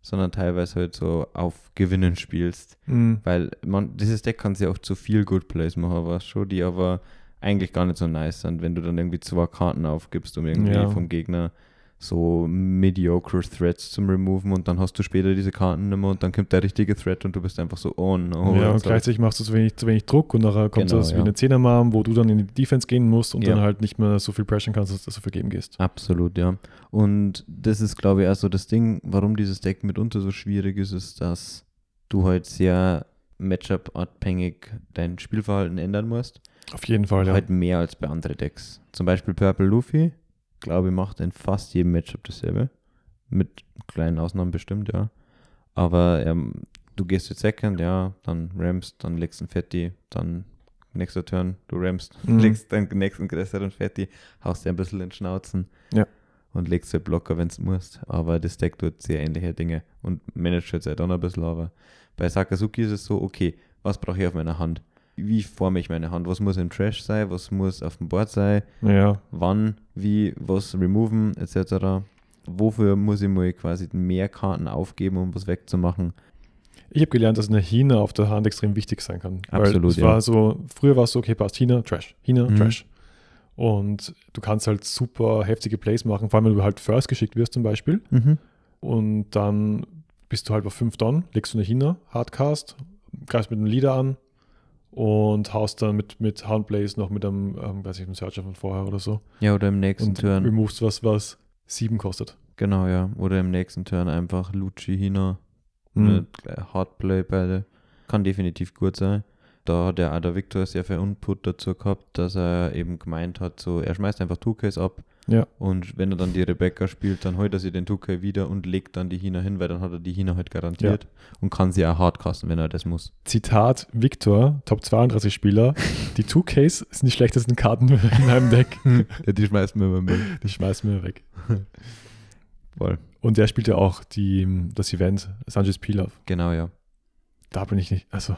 Speaker 2: sondern teilweise halt so auf Gewinnen spielst,
Speaker 1: Mhm.
Speaker 2: weil man dieses Deck kann ja auch zu viel Good Plays machen, was schon, die aber eigentlich gar nicht so nice sind, wenn du dann irgendwie zwei Karten aufgibst, um irgendwie
Speaker 1: Ja.
Speaker 2: vom Gegner so mediocre Threats zum Removen und dann hast du später diese Karten nicht mehr und dann kommt der richtige Threat und du bist einfach so, oh no.
Speaker 1: ja, und
Speaker 2: jetzt hab ich-
Speaker 1: gleichzeitig machst du zu wenig, zu wenig Druck und nachher kommt
Speaker 2: Genau,
Speaker 1: das wie
Speaker 2: ja.
Speaker 1: eine Zehnermarm, wo du dann in die Defense gehen musst und
Speaker 2: Ja.
Speaker 1: dann halt nicht mehr so viel pressen kannst, dass du so viel geben gehst.
Speaker 2: Absolut, ja. Und das ist, glaube ich, also das Ding, warum dieses Deck mitunter so schwierig ist, ist, dass du halt sehr Matchup-abhängig dein Spielverhalten ändern musst.
Speaker 1: Auf jeden Fall, ja.
Speaker 2: Halt mehr als bei anderen Decks. Zum Beispiel Purple Luffy, glaube ich, macht in fast jedem Matchup dasselbe. Mit kleinen Ausnahmen bestimmt, ja. Aber ähm, du gehst jetzt Second, ja, dann rammst, dann legst einen Fetti, dann nächster Turn, du rammst,
Speaker 1: Mhm.
Speaker 2: legst deinen nächsten größeren Fetti, haust dir ein bisschen in den Schnauzen
Speaker 1: Ja.
Speaker 2: und legst halt Blocker, wenn es musst. Aber das Deck tut sehr ähnliche Dinge und managt halt auch noch ein bisschen, aber bei Sakazuki ist es so, okay, was brauche ich auf meiner Hand? wie forme ich meine Hand? Was muss im Trash sein? Was muss auf dem Board sein?
Speaker 1: Ja.
Speaker 2: Wann, wie, was removen, etc. Wofür muss ich mal quasi mehr Karten aufgeben, um was wegzumachen?
Speaker 1: Ich habe gelernt, dass eine Hina auf der Hand extrem wichtig sein kann. Weil
Speaker 2: Absolut,
Speaker 1: es
Speaker 2: ja.
Speaker 1: war so, früher war es so, okay, passt Hina, Trash, Hina,
Speaker 2: Mhm.
Speaker 1: Trash. Und du kannst halt super heftige Plays machen, vor allem wenn du halt First geschickt wirst zum Beispiel. Und dann bist du halt bei 5 Don, legst du eine Hina, Hardcast, greifst mit einem Leader an und haust dann mit, mit Handplays noch mit einem, ähm, weiß ich, einem Searcher von vorher oder so.
Speaker 2: Ja, oder im nächsten
Speaker 1: Und
Speaker 2: Turn.
Speaker 1: removest was, was 7 kostet.
Speaker 2: Genau, ja. Oder im nächsten Turn einfach Lucci Hina
Speaker 1: Mhm.
Speaker 2: mit äh, Hardplay beide. Kann definitiv gut sein. Da hat ja auch der Victor sehr viel Input dazu gehabt, dass er eben gemeint hat, so er schmeißt einfach 2Ks ab
Speaker 1: Ja.
Speaker 2: und wenn er dann die Rebecca spielt, dann holt er sie den 2K wieder und legt dann die Hina hin, weil dann hat er die Hina halt garantiert und kann sie auch hardcasten, wenn er das muss.
Speaker 1: Zitat Victor, Top 32 Spieler. Die 2Ks sind die schlechtesten Karten in meinem Deck.
Speaker 2: Ja, die schmeißt man immer mit.
Speaker 1: Die schmeißen wir weg.
Speaker 2: Voll.
Speaker 1: Und der spielt ja auch die, das Event Sanchez Pilaf.
Speaker 2: Genau, ja.
Speaker 1: Da bin ich nicht, also,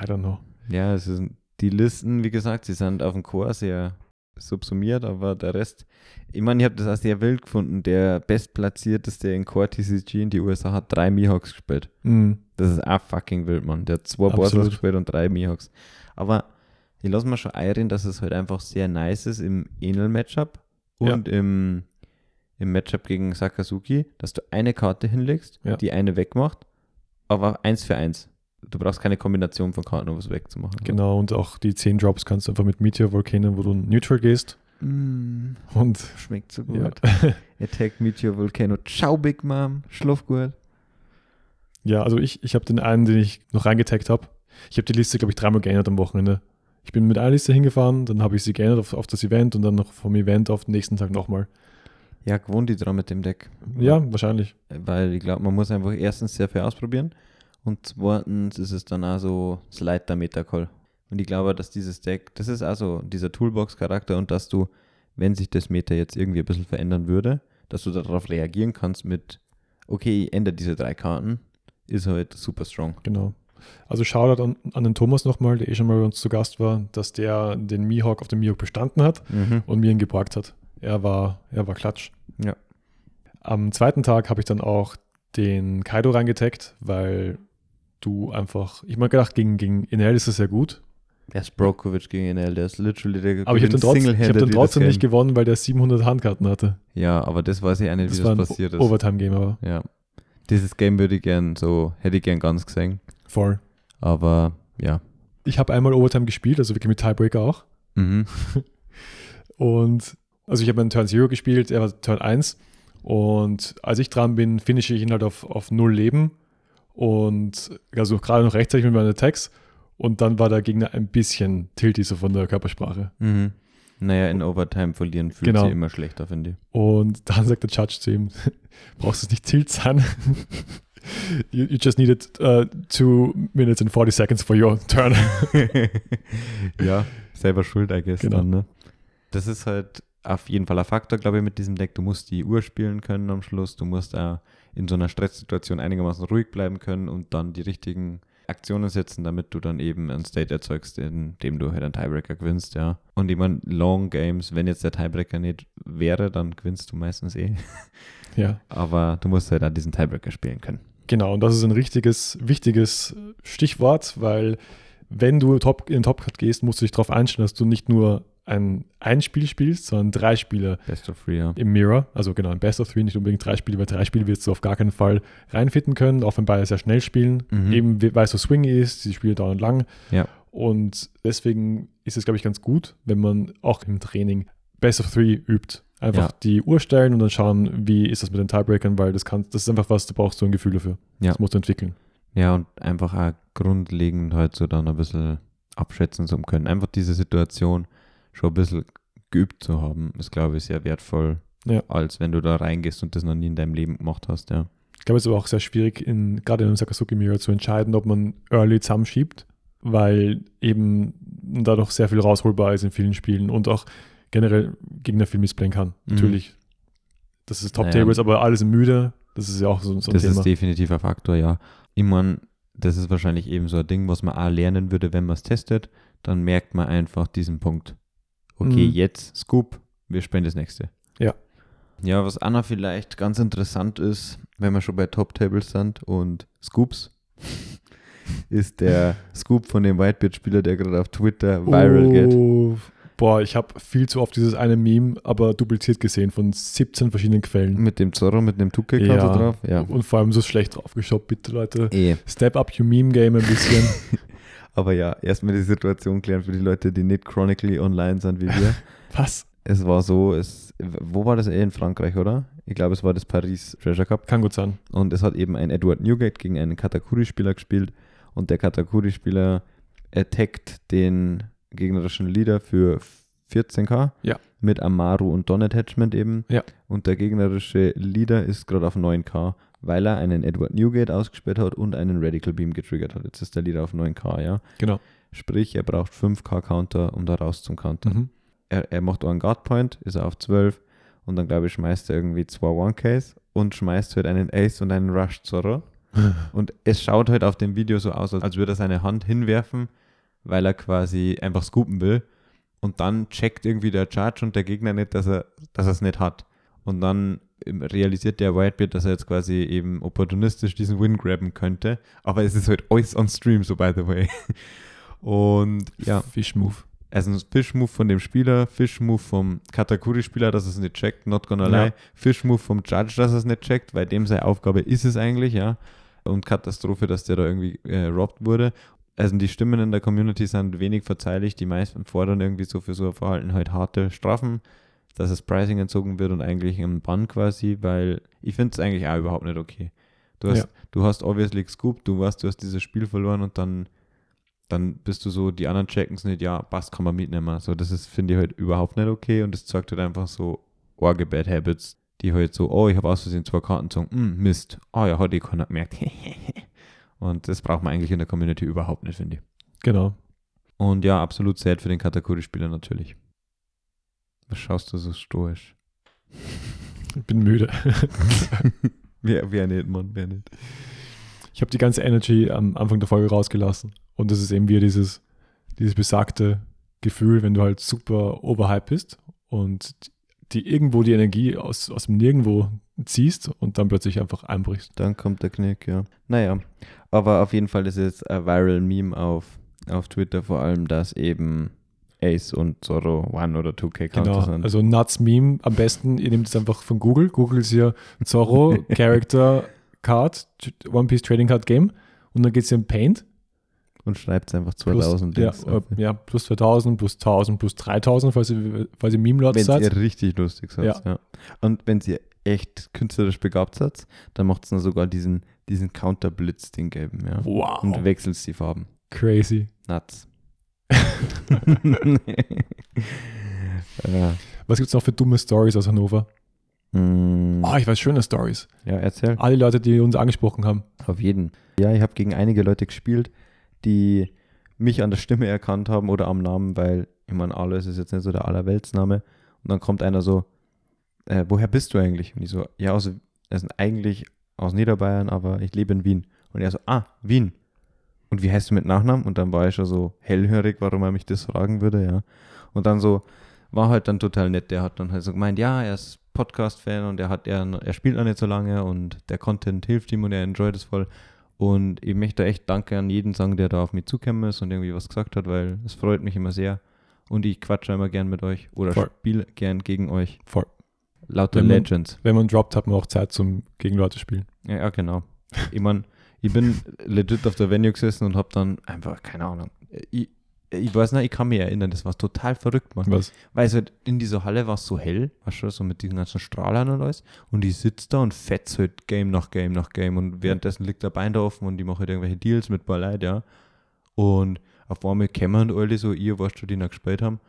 Speaker 1: I don't know.
Speaker 2: Ja, es ist, die Listen, wie gesagt, sie sind auf dem Chor sehr subsumiert, aber der Rest, ich meine, ich habe das auch sehr wild gefunden. Der bestplatzierteste in Chor TCG in die USA hat drei Mihawks gespielt.
Speaker 1: Mm,
Speaker 2: Das ist auch fucking wild, Mann. Der hat zwei
Speaker 1: Absolut.
Speaker 2: Borslas gespielt und drei Mihawks. Aber ich lasse mir schon einreden, dass es halt einfach sehr nice ist im Enel-Matchup
Speaker 1: Ja.
Speaker 2: und im, im Matchup gegen Sakazuki, dass du eine Karte hinlegst,
Speaker 1: Ja.
Speaker 2: die eine wegmacht, aber eins für eins. Du brauchst keine Kombination von Karten, um es wegzumachen.
Speaker 1: Genau, und auch die 10 Drops kannst du einfach mit Meteor Volcano, wo du neutral gehst.
Speaker 2: Mm,
Speaker 1: Und
Speaker 2: schmeckt so gut.
Speaker 1: ja,
Speaker 2: Attack Meteor Volcano. Ciao, Big Mom. Schlaf gut.
Speaker 1: ja also ich, ich habe den einen, den ich noch reingetaggt habe. Ich habe die Liste, glaube ich, dreimal geändert am Wochenende. Ich bin mit einer Liste hingefahren, dann habe ich sie geändert auf, auf das Event und dann noch vom Event auf den nächsten Tag nochmal.
Speaker 2: Ja, gewohnt die dran mit dem Deck.
Speaker 1: Ja, wahrscheinlich.
Speaker 2: Weil ich glaube, man muss einfach erstens sehr viel ausprobieren und zweitens ist es dann auch so Slider Metacall. Und ich glaube, dass dieses Deck, das ist also dieser Toolbox-Charakter und dass du, wenn sich das Meta jetzt irgendwie ein bisschen verändern würde, dass du darauf reagieren kannst mit, okay, ich ändere diese drei Karten, ist halt super strong.
Speaker 1: Genau. Also Shoutout an, an den Thomas nochmal, der eh schon mal bei uns zu Gast war, dass der den Mihawk auf dem Mihawk bestanden hat und mir ihn geborgt hat. Er war, er war klatsch.
Speaker 2: Ja.
Speaker 1: Am zweiten Tag habe ich dann auch den Kaido reingetaggt, weil du einfach, ich habe mir gedacht, gegen, gegen Enel ist es ja gut,
Speaker 2: Erst Brokovic gegen NL, der ist literally der
Speaker 1: aber ich habe
Speaker 2: gewinnt
Speaker 1: dann, trotz, ich hab
Speaker 2: single-handedly
Speaker 1: dann
Speaker 2: das
Speaker 1: trotzdem nicht
Speaker 2: Game.
Speaker 1: gewonnen, weil der 700 Handkarten hatte.
Speaker 2: Ja, aber das weiß ich auch nicht,
Speaker 1: Das
Speaker 2: wie
Speaker 1: war
Speaker 2: das
Speaker 1: ein
Speaker 2: passiert ist.
Speaker 1: Overtime-Game, aber
Speaker 2: Ja. Dieses Game würde ich gern so, hätte ich gern ganz gesehen.
Speaker 1: voll.
Speaker 2: Aber ja.
Speaker 1: Ich habe einmal Overtime gespielt, also wirklich mit Tiebreaker auch.
Speaker 2: Mhm.
Speaker 1: Und also ich habe meinen Turn Zero gespielt, er war Turn 1. Und als ich dran bin, finische ich ihn halt auf, auf null Leben. Und also gerade noch rechtzeitig mit meinen Attacks. Und dann war der Gegner ein bisschen tilty so von der Körpersprache.
Speaker 2: Mhm. Naja, in Overtime verlieren fühlt
Speaker 1: Genau.
Speaker 2: sich immer schlechter, finde ich.
Speaker 1: Und dann sagt der Judge zu ihm, brauchst du es nicht tilt sein? you, you just needed uh, two minutes and 40 seconds for your turn.
Speaker 2: ja, selber schuld, I guess.
Speaker 1: Genau.
Speaker 2: Dann, ne? Das ist halt auf jeden Fall ein Faktor, glaube ich, mit diesem Deck. Du musst die Uhr spielen können am Schluss. Du musst auch in so einer Stresssituation einigermaßen ruhig bleiben können und dann die richtigen Aktionen setzen, damit du dann eben einen State erzeugst, in dem du halt einen Tiebreaker gewinnst, ja. Und ich meine, Long Games, wenn jetzt der Tiebreaker nicht wäre, dann gewinnst du meistens eh.
Speaker 1: ja.
Speaker 2: Aber du musst halt auch diesen Tiebreaker spielen können.
Speaker 1: Genau, und das ist ein richtiges, wichtiges Stichwort, weil wenn du top, in den Top-Cut gehst, musst du dich darauf einstellen, dass du nicht nur ein, ein Spiel spielst, sondern drei Spiele
Speaker 2: Best of Three, ja.
Speaker 1: im Mirror, also genau, ein Best of Three, nicht unbedingt drei Spiele, weil drei Spiele wirst du auf gar keinen Fall reinfitten können, auch wenn beide sehr schnell spielen.
Speaker 2: Mhm.
Speaker 1: Eben, we- weil es so swingy ist, die Spiele dauern lang.
Speaker 2: Ja.
Speaker 1: Und deswegen ist es, glaube ich, ganz gut, wenn man auch im Training Best of Three übt. Einfach
Speaker 2: Ja.
Speaker 1: die Uhr stellen und dann schauen, wie ist das mit den Tiebreakern, weil das, kann, das ist einfach was, da brauchst du ein Gefühl dafür.
Speaker 2: Ja.
Speaker 1: Das musst du entwickeln.
Speaker 2: Ja, und einfach auch grundlegend halt so dann ein bisschen abschätzen zu können. Einfach diese Situation schon ein bisschen geübt zu haben, ist, glaube ich, sehr wertvoll,
Speaker 1: Ja.
Speaker 2: als wenn du da reingehst und das noch nie in deinem Leben gemacht hast, ja.
Speaker 1: Ich glaube, es ist aber auch sehr schwierig, in, gerade in einem Sakazuki Mirror zu entscheiden, ob man early zusammenschiebt, weil eben da noch sehr viel rausholbar ist in vielen Spielen und auch generell Gegner viel missplayen kann.
Speaker 2: Mhm.
Speaker 1: Natürlich. Das ist Top
Speaker 2: Naja.
Speaker 1: Tables, aber alle sind müde. Das ist ja auch so, so ein
Speaker 2: das
Speaker 1: Thema.
Speaker 2: ist definitiv ein Faktor, ja. Ich meine, das ist wahrscheinlich eben so ein Ding, was man auch lernen würde, wenn man es testet, dann merkt man einfach diesen Punkt. Okay,
Speaker 1: Mhm.
Speaker 2: jetzt Scoop, wir spielen das nächste.
Speaker 1: Ja.
Speaker 2: Ja, was Anna vielleicht ganz interessant ist, wenn wir schon bei Top Tables sind und Scoops, ist der Scoop von dem Whitebeard-Spieler, der gerade auf Twitter viral geht.
Speaker 1: oh, Boah, ich habe viel zu oft dieses eine Meme, aber dupliziert gesehen von 17 verschiedenen Quellen.
Speaker 2: Mit dem Zorro, mit dem Tucke ja. Oh.
Speaker 1: Ja.
Speaker 2: drauf. Mhm. Ja.
Speaker 1: Und vor allem so schlecht draufgeschaut, bitte Leute.
Speaker 2: Eh.
Speaker 1: Step up your meme game ein bisschen.
Speaker 2: Aber ja, erstmal die Situation klären für die Leute, die nicht chronically online sind wie wir.
Speaker 1: Was?
Speaker 2: es war so, es, wo war das eh in Frankreich, oder? Ich glaube, es war das Paris Treasure Cup.
Speaker 1: Kann gut sein.
Speaker 2: Und es hat eben ein Edward Newgate gegen einen Katakuri-Spieler gespielt. Und der Katakuri-Spieler attackt den gegnerischen Leader für 14k.
Speaker 1: Ja.
Speaker 2: Mit Amaru und Don Attachment eben.
Speaker 1: Ja.
Speaker 2: Und der gegnerische Leader ist gerade auf 9k, weil er einen Edward Newgate ausgesperrt hat und einen Radical Beam getriggert hat. Jetzt ist der Leader auf 9k, ja.
Speaker 1: Genau.
Speaker 2: Sprich, er braucht 5k Counter, um da raus zum Counter.
Speaker 1: Mhm.
Speaker 2: Er, er macht einen Guard Point, ist er auf 12 und dann, glaube ich, schmeißt er irgendwie zwei One-Ks und schmeißt halt einen Ace und einen Rush Zorro. und es schaut halt auf dem Video so aus, als- als würde er seine Hand hinwerfen, weil er quasi einfach scoopen will. Und dann checkt irgendwie der Charge und der Gegner nicht, dass er dass er es nicht hat. Und dann ähm, realisiert der Whitebeard, dass er jetzt quasi eben opportunistisch diesen Win grabben könnte. Aber es ist halt alles on stream, so by the way. Und ja,
Speaker 1: Fish Move.
Speaker 2: also ein Fish-Move von dem Spieler, Fish-Move vom Katakuri-Spieler, dass er es nicht checkt, not gonna lie.
Speaker 1: Ja.
Speaker 2: Fish-Move vom Judge, dass er es nicht checkt, weil dem seine Aufgabe ist es eigentlich, ja. Und Katastrophe, dass der da irgendwie äh, robbt wurde. Also die Stimmen in der Community sind wenig verzeihlich. Die meisten fordern irgendwie so für so ein Verhalten halt harte Strafen, dass das Pricing entzogen wird und eigentlich im Bann quasi, weil ich finde es eigentlich auch überhaupt nicht okay. Du hast,
Speaker 1: Ja.
Speaker 2: du hast obviously gescoopt, du weißt, du hast dieses Spiel verloren und dann dann bist du so, die anderen checken es nicht, ja, passt, kann man mitnehmen. So, das ist, finde ich halt überhaupt nicht okay und das zeigt halt einfach so orge Bad Habits, die halt so, oh, ich habe aus Versehen zwei Karten gezogen, hm, Mist, oh ja, hat eh keiner gemerkt. und das braucht man eigentlich in der Community überhaupt nicht, finde ich.
Speaker 1: Genau.
Speaker 2: Und ja, absolut sad für den Katakuri-Spieler natürlich. Was schaust du so stoisch?
Speaker 1: Ich bin müde.
Speaker 2: wer, wer nicht, Mann, wer nicht.
Speaker 1: Ich habe die ganze Energy am Anfang der Folge rausgelassen. Und das ist eben wieder dieses, dieses besagte Gefühl, wenn du halt super oberhalb bist und die irgendwo die Energie aus, aus dem Nirgendwo ziehst und dann plötzlich einfach einbrichst.
Speaker 2: Dann kommt der Knick, ja. Naja, aber auf jeden Fall ist jetzt ein viral Meme auf, auf Twitter vor allem, dass eben Ace und Zorro One oder 2K Counter
Speaker 1: Genau.
Speaker 2: sind.
Speaker 1: Also Nuts Meme am besten, ihr nehmt es einfach von Google. Google ist hier Zorro Character Card, One Piece Trading Card Game. Und dann geht es in Paint.
Speaker 2: und schreibt einfach
Speaker 1: Plus,
Speaker 2: 2000
Speaker 1: ja,
Speaker 2: Dings
Speaker 1: äh,
Speaker 2: auf.
Speaker 1: ja, plus 2000, plus 1000, plus 3000, falls ihr, falls ihr Meme-Lords
Speaker 2: Wenn
Speaker 1: seid.
Speaker 2: ihr richtig lustig seid. Ja.
Speaker 1: Ja.
Speaker 2: Und wenn ihr echt künstlerisch begabt seid, dann macht es dann sogar diesen, diesen Counterblitz-Ding eben, ja.
Speaker 1: Wow.
Speaker 2: Und wechselt die Farben.
Speaker 1: Crazy.
Speaker 2: Nuts. ja.
Speaker 1: Was gibt's noch für dumme Stories aus Hannover?
Speaker 2: Mm,
Speaker 1: Ah, ich weiß schöne Stories.
Speaker 2: ja, erzähl.
Speaker 1: Alle Leute, die uns angesprochen haben.
Speaker 2: Auf jeden. Ja, ich habe gegen einige Leute gespielt, die mich an der Stimme erkannt haben oder am Namen, weil ich meine, Alois ist jetzt nicht so der Allerweltsname. Und dann kommt einer so, äh, woher bist du eigentlich? Und ich so, ja, aus, also eigentlich aus Niederbayern, aber ich lebe in Wien. Und er so, ah, Wien. Und wie heißt du mit Nachnamen? Und dann war ich schon so hellhörig, warum er mich das fragen würde, ja. Und dann so, war halt dann total nett. Der hat dann halt so gemeint, ja, er ist Podcast-Fan und er hat, er, er spielt noch nicht so lange und der Content hilft ihm und er enjoyt es voll. Und ich möchte echt Danke an jeden sagen, der da auf mich zugekommen ist und irgendwie was gesagt hat, weil es freut mich immer sehr. Und ich quatsche immer gern mit euch oder
Speaker 1: Voll.
Speaker 2: spiele gern gegen euch.
Speaker 1: Voll.
Speaker 2: Lauter
Speaker 1: Wenn man-
Speaker 2: Legends.
Speaker 1: Wenn man droppt, hat man auch Zeit zum gegen Leute spielen.
Speaker 2: Ja, ja genau. Ich meine, ich bin legit auf der Venue gesessen und habe dann einfach, keine Ahnung, ich, ich weiß nicht, ich kann mich erinnern, das war total verrückt, man.
Speaker 1: Was?
Speaker 2: Weil es halt in dieser Halle war es so hell, weißt du, so mit diesen ganzen Strahlern und alles. Und ich sitze da und fetz halt Game nach Game nach Game. Und währenddessen liegt der Bein da offen und die mache halt irgendwelche Deals mit ein paar Leuten, ja. Und auf einmal kämen und alle so, ihr weißt schon, die noch gespielt haben.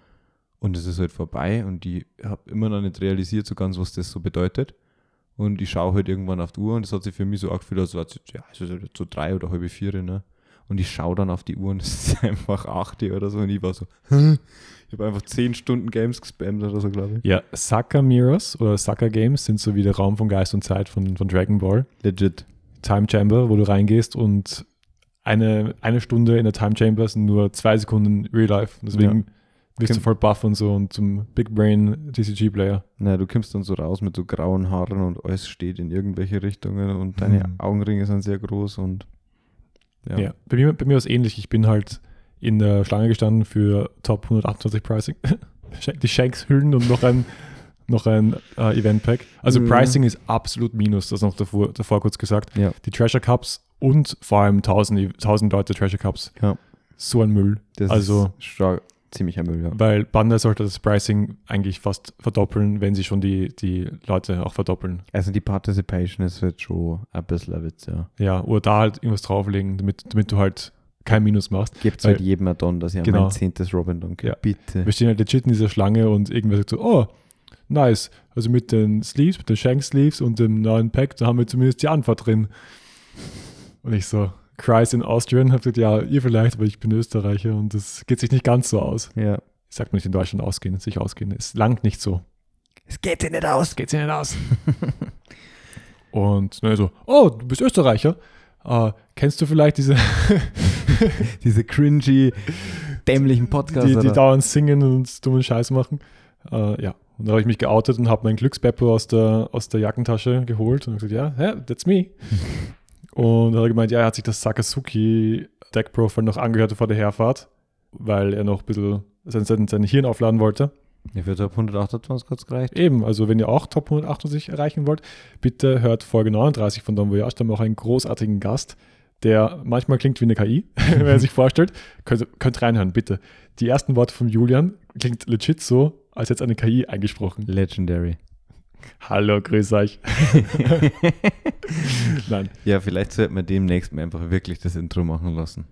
Speaker 2: Und es ist halt vorbei und ich habe immer noch nicht realisiert so ganz, was das so bedeutet. Und ich schaue halt irgendwann auf die Uhr und es hat sich für mich so angefühlt, als war es jetzt, ja, es ist halt so drei oder halbe vier, ne? Und ich schaue dann auf die Uhr und es ist einfach 8 oder so. Und ich war so, Hä? ich habe einfach 10 Stunden Games gespammt oder so, glaube ich.
Speaker 1: Ja, Sucker Mirrors oder Sucker Games sind so wie der Raum von Geist und Zeit von, von Dragon Ball.
Speaker 2: Legit.
Speaker 1: Time Chamber, wo du reingehst und eine, eine Stunde in der Time Chamber sind nur zwei Sekunden Real Life. Deswegen wirst du
Speaker 2: Kim-
Speaker 1: voll buff und so und zum Big Brain TCG-Player.
Speaker 2: Na, du kommst dann so raus mit so grauen Haaren und alles steht in irgendwelche Richtungen und deine
Speaker 1: Mhm.
Speaker 2: Augenringe sind sehr groß und ja.
Speaker 1: Ja. Bei mir, bei mir war es ähnlich. Ich bin halt in der Schlange gestanden für Top 128 Pricing. Shank- Die Shanks-Hüllen und noch ein, noch ein äh, Event-Pack. Also
Speaker 2: Mhm.
Speaker 1: Pricing ist absolut minus, das noch davor, davor kurz gesagt.
Speaker 2: Ja.
Speaker 1: Die Treasure Cups und vor allem 1000, 1000 Leute Treasure Cups.
Speaker 2: Ja.
Speaker 1: So ein Müll.
Speaker 2: Das
Speaker 1: Also-
Speaker 2: ist stark, ziemlich ein Müll, ja.
Speaker 1: Weil Banda sollte das Pricing eigentlich fast verdoppeln, wenn sie schon die, die Leute auch verdoppeln.
Speaker 2: Also die Participation ist jetzt schon ein bisschen ein Witz, ja.
Speaker 1: Ja, oder da halt irgendwas drauflegen, damit, damit du halt kein Minus machst.
Speaker 2: Gibt es
Speaker 1: Weil-
Speaker 2: halt jedem ein Don, dass ich genau.
Speaker 1: Genau.
Speaker 2: mein zehntes Robin Don
Speaker 1: Ja.
Speaker 2: Bitte.
Speaker 1: Wir stehen halt legit in dieser Schlange und irgendwer sagt so, oh, nice. Also mit den Sleeves, mit den Shank Sleeves und dem neuen Pack, da haben wir zumindest die Antwort drin. Und ich so, Christ in Austrian, hab gesagt, ja, ihr vielleicht, aber ich bin Österreicher und das geht sich nicht ganz so aus.
Speaker 2: Ja.
Speaker 1: Ich sag mir nicht in Deutschland ausgehen, sich ausgehen. Es langt nicht so.
Speaker 2: Es geht dir nicht aus.
Speaker 1: Das geht sich nicht aus. und dann so, oh, du bist Österreicher. Äh, kennst du vielleicht diese,
Speaker 2: Diese cringy, dämlichen Podcasts.
Speaker 1: die, die
Speaker 2: Alter.
Speaker 1: dauernd singen und dummen Scheiß machen. Äh, ja, und da habe ich mich geoutet und habe meinen Glückspeppo aus der, aus der Jackentasche geholt und hab gesagt, ja, hä, that's me. und hat er gemeint, ja, er hat sich das Sakazuki Deck Profile noch angehört vor der Herfahrt, weil er noch ein bisschen sein, sein, sein Hirn aufladen wollte.
Speaker 2: Ja, für Top 128 kurz gereicht.
Speaker 1: Eben, also wenn ihr auch Top 168 erreichen wollt, bitte hört Folge 39 von Don Voyage, da haben wir auch einen großartigen Gast, der manchmal klingt wie eine KI, wenn er sich vorstellt. Könnt, könnt reinhören, bitte. Die ersten Worte von Julian klingt legit so, als jetzt eine KI eingesprochen.
Speaker 2: Legendary.
Speaker 1: Hallo, grüß euch. Nein,
Speaker 2: Ja, vielleicht sollten wir demnächst mal einfach wirklich das Intro machen lassen.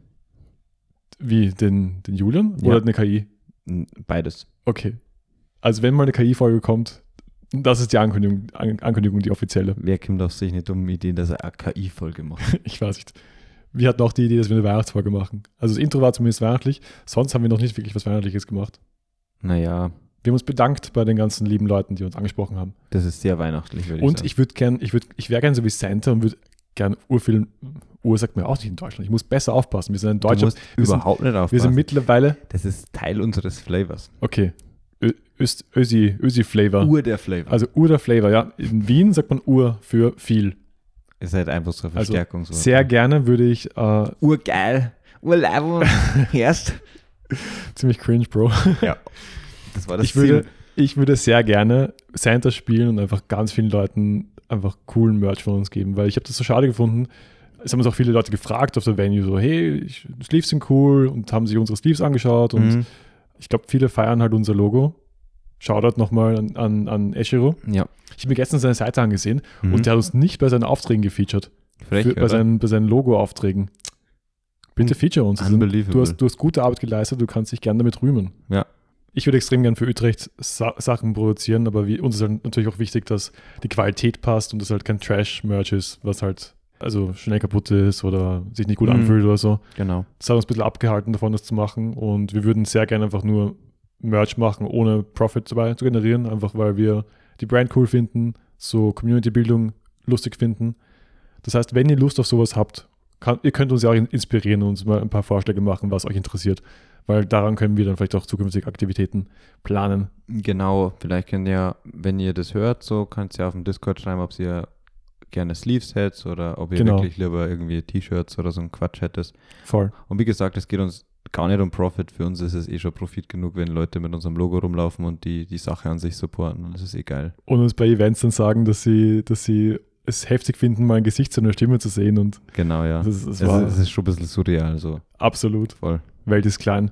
Speaker 1: wie, den, den Julian
Speaker 2: Ja.
Speaker 1: oder eine KI?
Speaker 2: N- Beides.
Speaker 1: Okay. Also wenn mal eine KI-Folge kommt, das ist die Ankündigung, An Ankündigung, die offizielle.
Speaker 2: Wer kommt auf sich eine dumme Idee, dass er eine KI-Folge macht?
Speaker 1: Ich weiß nicht. Wir hatten auch die Idee, dass wir eine Weihnachtsfolge machen. Also das Intro war zumindest weihnachtlich. Sonst haben wir noch nicht wirklich was Weihnachtliches gemacht.
Speaker 2: naja,
Speaker 1: Wir haben uns bedankt bei den ganzen lieben Leuten, die uns angesprochen haben.
Speaker 2: das ist sehr weihnachtlich, würde
Speaker 1: und
Speaker 2: ich
Speaker 1: ich würde gern, ich würde, ich wäre gern so wie Santa und würde gern Urfilm, Ur sagt mir auch nicht in Deutschland. Ich muss besser aufpassen. Wir sind ein
Speaker 2: sagen. Du
Speaker 1: Deutscher.
Speaker 2: musst
Speaker 1: wir sind-
Speaker 2: überhaupt nicht aufpassen.
Speaker 1: Wir sind mittlerweile,
Speaker 2: das ist Teil unseres Flavors.
Speaker 1: okay, Ö- Öst- Ösi, Ösi-Flavor.
Speaker 2: Ur der Flavor.
Speaker 1: Also Ur der Flavor, ja. In Wien sagt man Ur für viel.
Speaker 2: ist halt einfach so eine
Speaker 1: Also,
Speaker 2: Verstärkung. so.
Speaker 1: Sehr gerne würde ich, äh,
Speaker 2: urgeil, urleibung, erst.
Speaker 1: ziemlich cringe, Bro.
Speaker 2: Das war das
Speaker 1: ich würde, ich würde sehr gerne Santa spielen und einfach ganz vielen Leuten einfach coolen Merch von uns geben, weil ich habe das so schade gefunden. Es haben uns auch viele Leute gefragt auf der Venue, so, hey, ich, Sleeves sind cool und haben sich unsere Sleeves angeschaut
Speaker 2: Ziel.
Speaker 1: und
Speaker 2: Mhm.
Speaker 1: ich glaube, viele feiern halt unser Logo. Shoutout nochmal an, an, an Eshiro.
Speaker 2: Ja.
Speaker 1: Ich habe mir gestern seine Seite angesehen
Speaker 2: Mhm.
Speaker 1: und der hat uns nicht bei seinen Aufträgen gefeatured.
Speaker 2: Frech,
Speaker 1: für, bei
Speaker 2: oder? Hm.
Speaker 1: seinen, bei seinen Logo-Aufträgen. Bitte feature uns. Das sind-
Speaker 2: Unbelievable.
Speaker 1: Du hast, du hast gute Arbeit geleistet, du kannst dich gerne damit rühmen.
Speaker 2: Ja.
Speaker 1: Ich würde extrem gern für Utrecht Sa Sachen produzieren, aber wie, uns ist halt natürlich auch wichtig, dass die Qualität passt und es halt kein Trash-Merch ist, was halt also schnell kaputt ist oder sich nicht gut
Speaker 2: Mhm.
Speaker 1: anfühlt oder so.
Speaker 2: genau.
Speaker 1: Das hat uns ein bisschen abgehalten davon, das zu machen und wir würden sehr gerne einfach nur Merch machen, ohne Profit dabei zu generieren, einfach weil wir die Brand cool finden, so Community-Bildung lustig finden. Das heißt, wenn ihr Lust auf sowas habt, kann, ihr könnt uns ja auch in- inspirieren und uns mal ein paar Vorschläge machen, was euch interessiert, weil daran können wir dann vielleicht auch zukünftige Aktivitäten planen.
Speaker 2: Genau, vielleicht könnt ihr, wenn ihr das hört, so könnt ihr auf dem Discord schreiben, ob ihr gerne Sleeves hättet oder ob ihr
Speaker 1: Genau.
Speaker 2: wirklich lieber irgendwie T-Shirts oder so ein Quatsch hättet.
Speaker 1: Voll.
Speaker 2: Und wie gesagt, es geht uns gar nicht um Profit. Für uns ist es eh schon Profit genug, wenn Leute mit unserem Logo rumlaufen und die, die Sache an sich supporten. Und das ist eh egal.
Speaker 1: Und uns bei Events dann sagen, dass sie, dass sie es heftig finden, mal ein Gesicht zu einer Stimme zu sehen und
Speaker 2: Genau, ja.
Speaker 1: das,
Speaker 2: Es
Speaker 1: ist- das
Speaker 2: ist,
Speaker 1: war
Speaker 2: es ist schon ein bisschen surreal, so
Speaker 1: absolut.
Speaker 2: voll.
Speaker 1: Welt ist klein.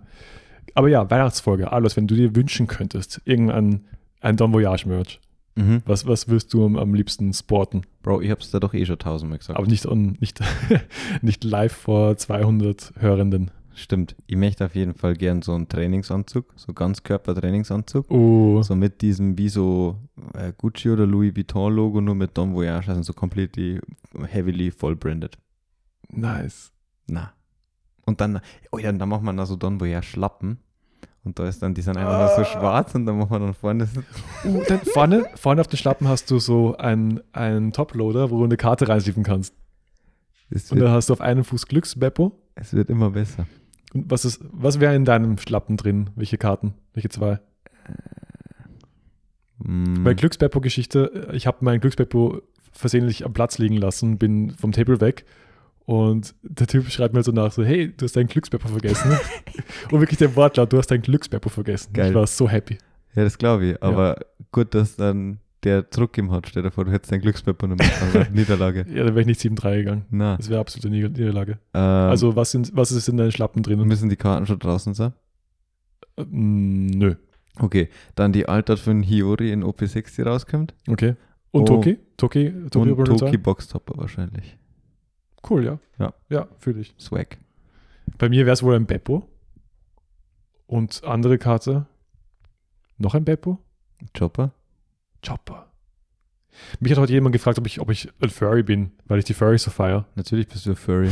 Speaker 1: Aber ja, Weihnachtsfolge. Alles, wenn du dir wünschen könntest, irgendein ein Don Voyage-Merch,
Speaker 2: Mhm.
Speaker 1: was, was wirst du am, am liebsten sporten?
Speaker 2: Bro, ich hab's da doch eh schon tausendmal gesagt.
Speaker 1: Aber nicht, on, nicht, nicht live vor 200 Hörenden.
Speaker 2: Stimmt. Ich möchte auf jeden Fall gern so einen Trainingsanzug, so Ganzkörper-Trainingsanzug.
Speaker 1: Oh,
Speaker 2: So mit diesem, wie so äh, Gucci oder Louis Vuitton-Logo, nur mit Don Voyage, also so completely, heavily voll branded.
Speaker 1: nice.
Speaker 2: Na. Und dann, oh ja, dann macht man da so Don Voyage-Schlappen. Und da ist dann, die sind einfach nur so schwarz und dann macht man dann vorne so.
Speaker 1: Uh, dann vorne, vorne auf den Schlappen hast du so einen, einen Toploader, wo du eine Karte reinschieben kannst.
Speaker 2: Das
Speaker 1: Und
Speaker 2: wird,
Speaker 1: da hast du auf einem Fuß Glücksbeppo
Speaker 2: Es wird immer besser.
Speaker 1: Und was, ist, was wäre in deinem Schlappen drin? Welche Karten? Welche zwei?
Speaker 2: Mm.
Speaker 1: Bei Glücksbeppo-Geschichte, ich habe meinen Glücksbeppo versehentlich am Platz liegen lassen, bin vom Table weg und der Typ schreibt mir so nach, so, hey, du hast deinen Glücksbeppo vergessen. und wirklich der Wortlaut, du hast deinen Glücksbeppo vergessen.
Speaker 2: Geil.
Speaker 1: Ich war so happy.
Speaker 2: Ja, das glaube ich. Aber gut, dass dann der Druck im hat. Stell dir vor, du hättest dein Glückspapier nicht mehr. Also Niederlage.
Speaker 1: Ja, dann wäre ich nicht 7-3 gegangen.
Speaker 2: Na,
Speaker 1: Das wäre absolute Nieder- Niederlage.
Speaker 2: ähm,
Speaker 1: Also, was, sind, was ist in deinen Schlappen drin?
Speaker 2: müssen die Karten schon draußen sein?
Speaker 1: Ähm, nö.
Speaker 2: Okay, dann die Altart von Hiyori in OP6, die rauskommt.
Speaker 1: Okay. Und
Speaker 2: Oh.
Speaker 1: Toki? Toki? Toki
Speaker 2: und
Speaker 1: Oberlin
Speaker 2: Toki
Speaker 1: Toki.
Speaker 2: Boxtopper wahrscheinlich.
Speaker 1: Cool, ja.
Speaker 2: Ja.
Speaker 1: Ja, fühle ich.
Speaker 2: Swag.
Speaker 1: Bei mir wäre es wohl ein Beppo. Und andere Karte. Noch ein Beppo?
Speaker 2: Chopper.
Speaker 1: Chopper. Mich hat heute jemand gefragt, ob ich, ob ich ein Furry bin, weil ich die Furry so feiere.
Speaker 2: Natürlich bist du ein Furry.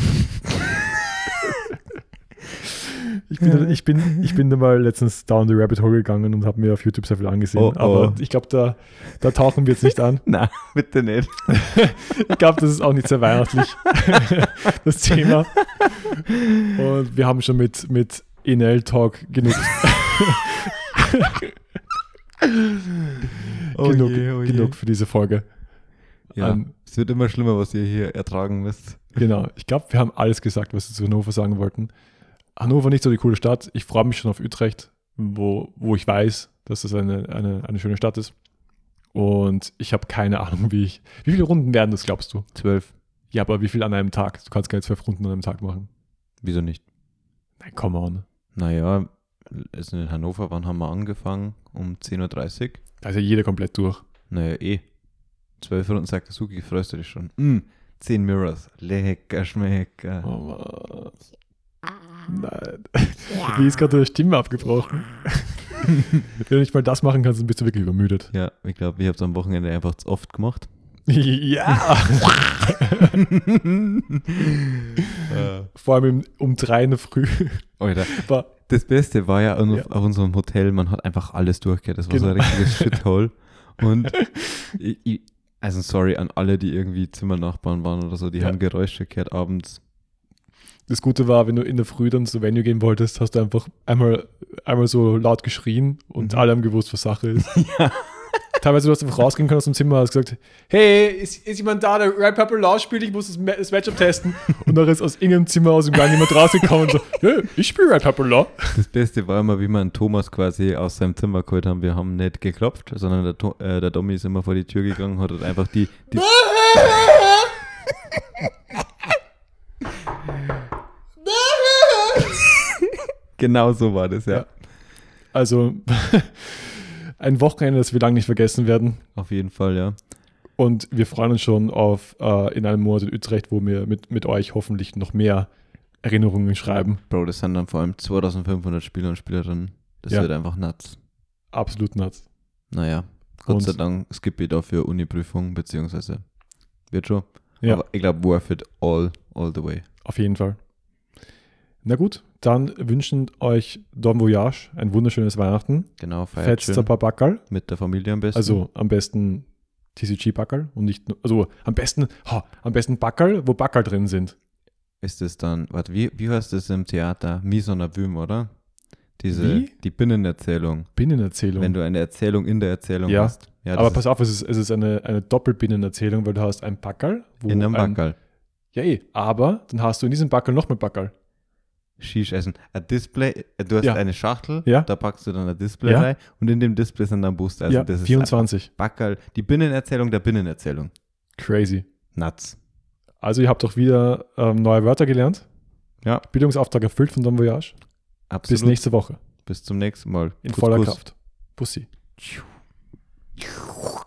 Speaker 1: Ich bin, ich bin, ich bin da mal letztens down the rabbit hole gegangen und habe mir auf YouTube sehr viel angesehen.
Speaker 2: Oh, oh.
Speaker 1: Aber ich glaube, da, da tauchen wir jetzt nicht an.
Speaker 2: Na, bitte nicht.
Speaker 1: Ich glaube, das ist auch nicht sehr weihnachtlich, das Thema. Und wir haben schon mit, mit Inel-Talk genug,
Speaker 2: Oh
Speaker 1: genug,
Speaker 2: je, oh je.
Speaker 1: genug für diese Folge.
Speaker 2: Ja,
Speaker 1: Ähm,
Speaker 2: es wird immer schlimmer, was ihr hier ertragen müsst.
Speaker 1: Genau, ich glaube, wir haben alles gesagt, was wir zu Hannover sagen wollten. Hannover nicht so die coole Stadt. Ich freue mich schon auf Utrecht, wo, wo ich weiß, dass das eine, eine, eine schöne Stadt ist. Und ich habe keine Ahnung, wie ich. Wie viele Runden werden das, glaubst du?
Speaker 2: Zwölf.
Speaker 1: Ja, aber wie viel an einem Tag? Du kannst keine zwölf Runden an einem Tag machen.
Speaker 2: Wieso nicht?
Speaker 1: Nein, come on.
Speaker 2: Naja, ist in Hannover, wann haben wir angefangen? Um 10.30 Uhr?
Speaker 1: Da ist ja jeder komplett durch.
Speaker 2: Naja, eh. Zwölf Runden Sakazuki, freust du dich schon. Mm, zehn Mirrors. Lecker, schmecker.
Speaker 1: Oh, Mann. Nein. Wie ist gerade deine Stimme abgebrochen? Wenn du nicht mal das machen kannst, dann bist du wirklich übermüdet.
Speaker 2: Ja, ich glaube, ich habe es am Wochenende einfach zu oft gemacht.
Speaker 1: ja.
Speaker 2: Äh,
Speaker 1: Vor allem im- um drei in der Früh.
Speaker 2: Alter,
Speaker 1: War,
Speaker 2: das Beste war ja, an,
Speaker 1: Ja.
Speaker 2: auf unserem Hotel, man hat einfach alles durchgehört. Das war so ein
Speaker 1: Genau.
Speaker 2: richtiges Shithole. Und ich, ich, also sorry an alle, die irgendwie Zimmernachbarn waren oder so, die
Speaker 1: Ja.
Speaker 2: haben Geräusche gehört abends.
Speaker 1: Das Gute war, wenn du in der Früh dann zu Venue gehen wolltest, hast du einfach einmal, einmal so laut geschrien und
Speaker 2: Mhm.
Speaker 1: alle haben gewusst, was Sache ist. Teilweise du hast einfach rausgehen können aus dem Zimmer und hast gesagt, hey, ist, ist jemand da, der Red Purple Law spielt, ich muss das, Ma- das Matchup testen. Und dann ist aus irgendeinem Zimmer, aus dem Gang jemand rausgekommen und so, hey, ich spiele Red Purple Law.
Speaker 2: Das Beste war immer, wie wir einen Thomas quasi aus seinem Zimmer geholt haben. Wir haben nicht geklopft, sondern der, to äh, der Domi ist immer vor die Tür gegangen, hat halt einfach die, die Genau so war das, ja.
Speaker 1: Ja. Also ein Wochenende, das wir lang nicht vergessen werden.
Speaker 2: Auf jeden Fall, ja.
Speaker 1: Und wir freuen uns schon auf äh, in einem Monat in Utrecht, wo wir mit, mit euch hoffentlich noch mehr Erinnerungen schreiben.
Speaker 2: Bro, das sind dann vor allem 2500 Spieler und Spielerinnen. Das
Speaker 1: Ja.
Speaker 2: wird einfach nuts.
Speaker 1: Absolut nuts.
Speaker 2: Naja, Gott
Speaker 1: Und-
Speaker 2: sei Dank skippe ich dafür Uni-Prüfung, beziehungsweise wird schon.
Speaker 1: Ja.
Speaker 2: Aber ich glaube, worth it all, all the way.
Speaker 1: Auf jeden Fall. Na gut, dann wünschen euch Don Voyage ein wunderschönes Weihnachten.
Speaker 2: Genau, feiert
Speaker 1: Fetzt ein
Speaker 2: schön.
Speaker 1: paar Backerl.
Speaker 2: Mit der Familie am besten.
Speaker 1: Also am besten TCG-Backerl und nicht nur, also am besten, ha, am besten Backerl, wo Backerl drin sind.
Speaker 2: ist es dann, warte, wie, wie heißt das im Theater? Mise en abîme, oder? Diese,
Speaker 1: Wie?
Speaker 2: die Binnenerzählung.
Speaker 1: Binnenerzählung.
Speaker 2: Wenn du eine Erzählung in der Erzählung
Speaker 1: Ja.
Speaker 2: hast. Ja, das
Speaker 1: Aber
Speaker 2: ist
Speaker 1: pass auf, es ist, es ist eine, eine Doppelbinnenerzählung, weil du hast ein Backerl. Wo
Speaker 2: in einem
Speaker 1: ein-
Speaker 2: Backerl.
Speaker 1: Ja, eh. Aber dann hast du in diesem Backerl nochmal Backerl.
Speaker 2: Shish essen. Ein Display, äh, du hast
Speaker 1: Ja.
Speaker 2: eine Schachtel,
Speaker 1: Ja.
Speaker 2: da packst du dann ein Display
Speaker 1: Ja.
Speaker 2: rein und in dem Display sind dann Booster. Also
Speaker 1: ja,
Speaker 2: das ist
Speaker 1: 24.
Speaker 2: einfach Backerl. Die Binnenerzählung der Binnenerzählung.
Speaker 1: Crazy.
Speaker 2: Nuts.
Speaker 1: Also ihr habt auch wieder ähm, neue Wörter gelernt.
Speaker 2: Ja.
Speaker 1: Bildungsauftrag erfüllt von Don Voyage.
Speaker 2: Absolut.
Speaker 1: Bis nächste Woche.
Speaker 2: Bis zum nächsten Mal.
Speaker 1: In
Speaker 2: Kuss,
Speaker 1: voller
Speaker 2: Kuss.
Speaker 1: Kraft. Pussy.
Speaker 2: Tschu.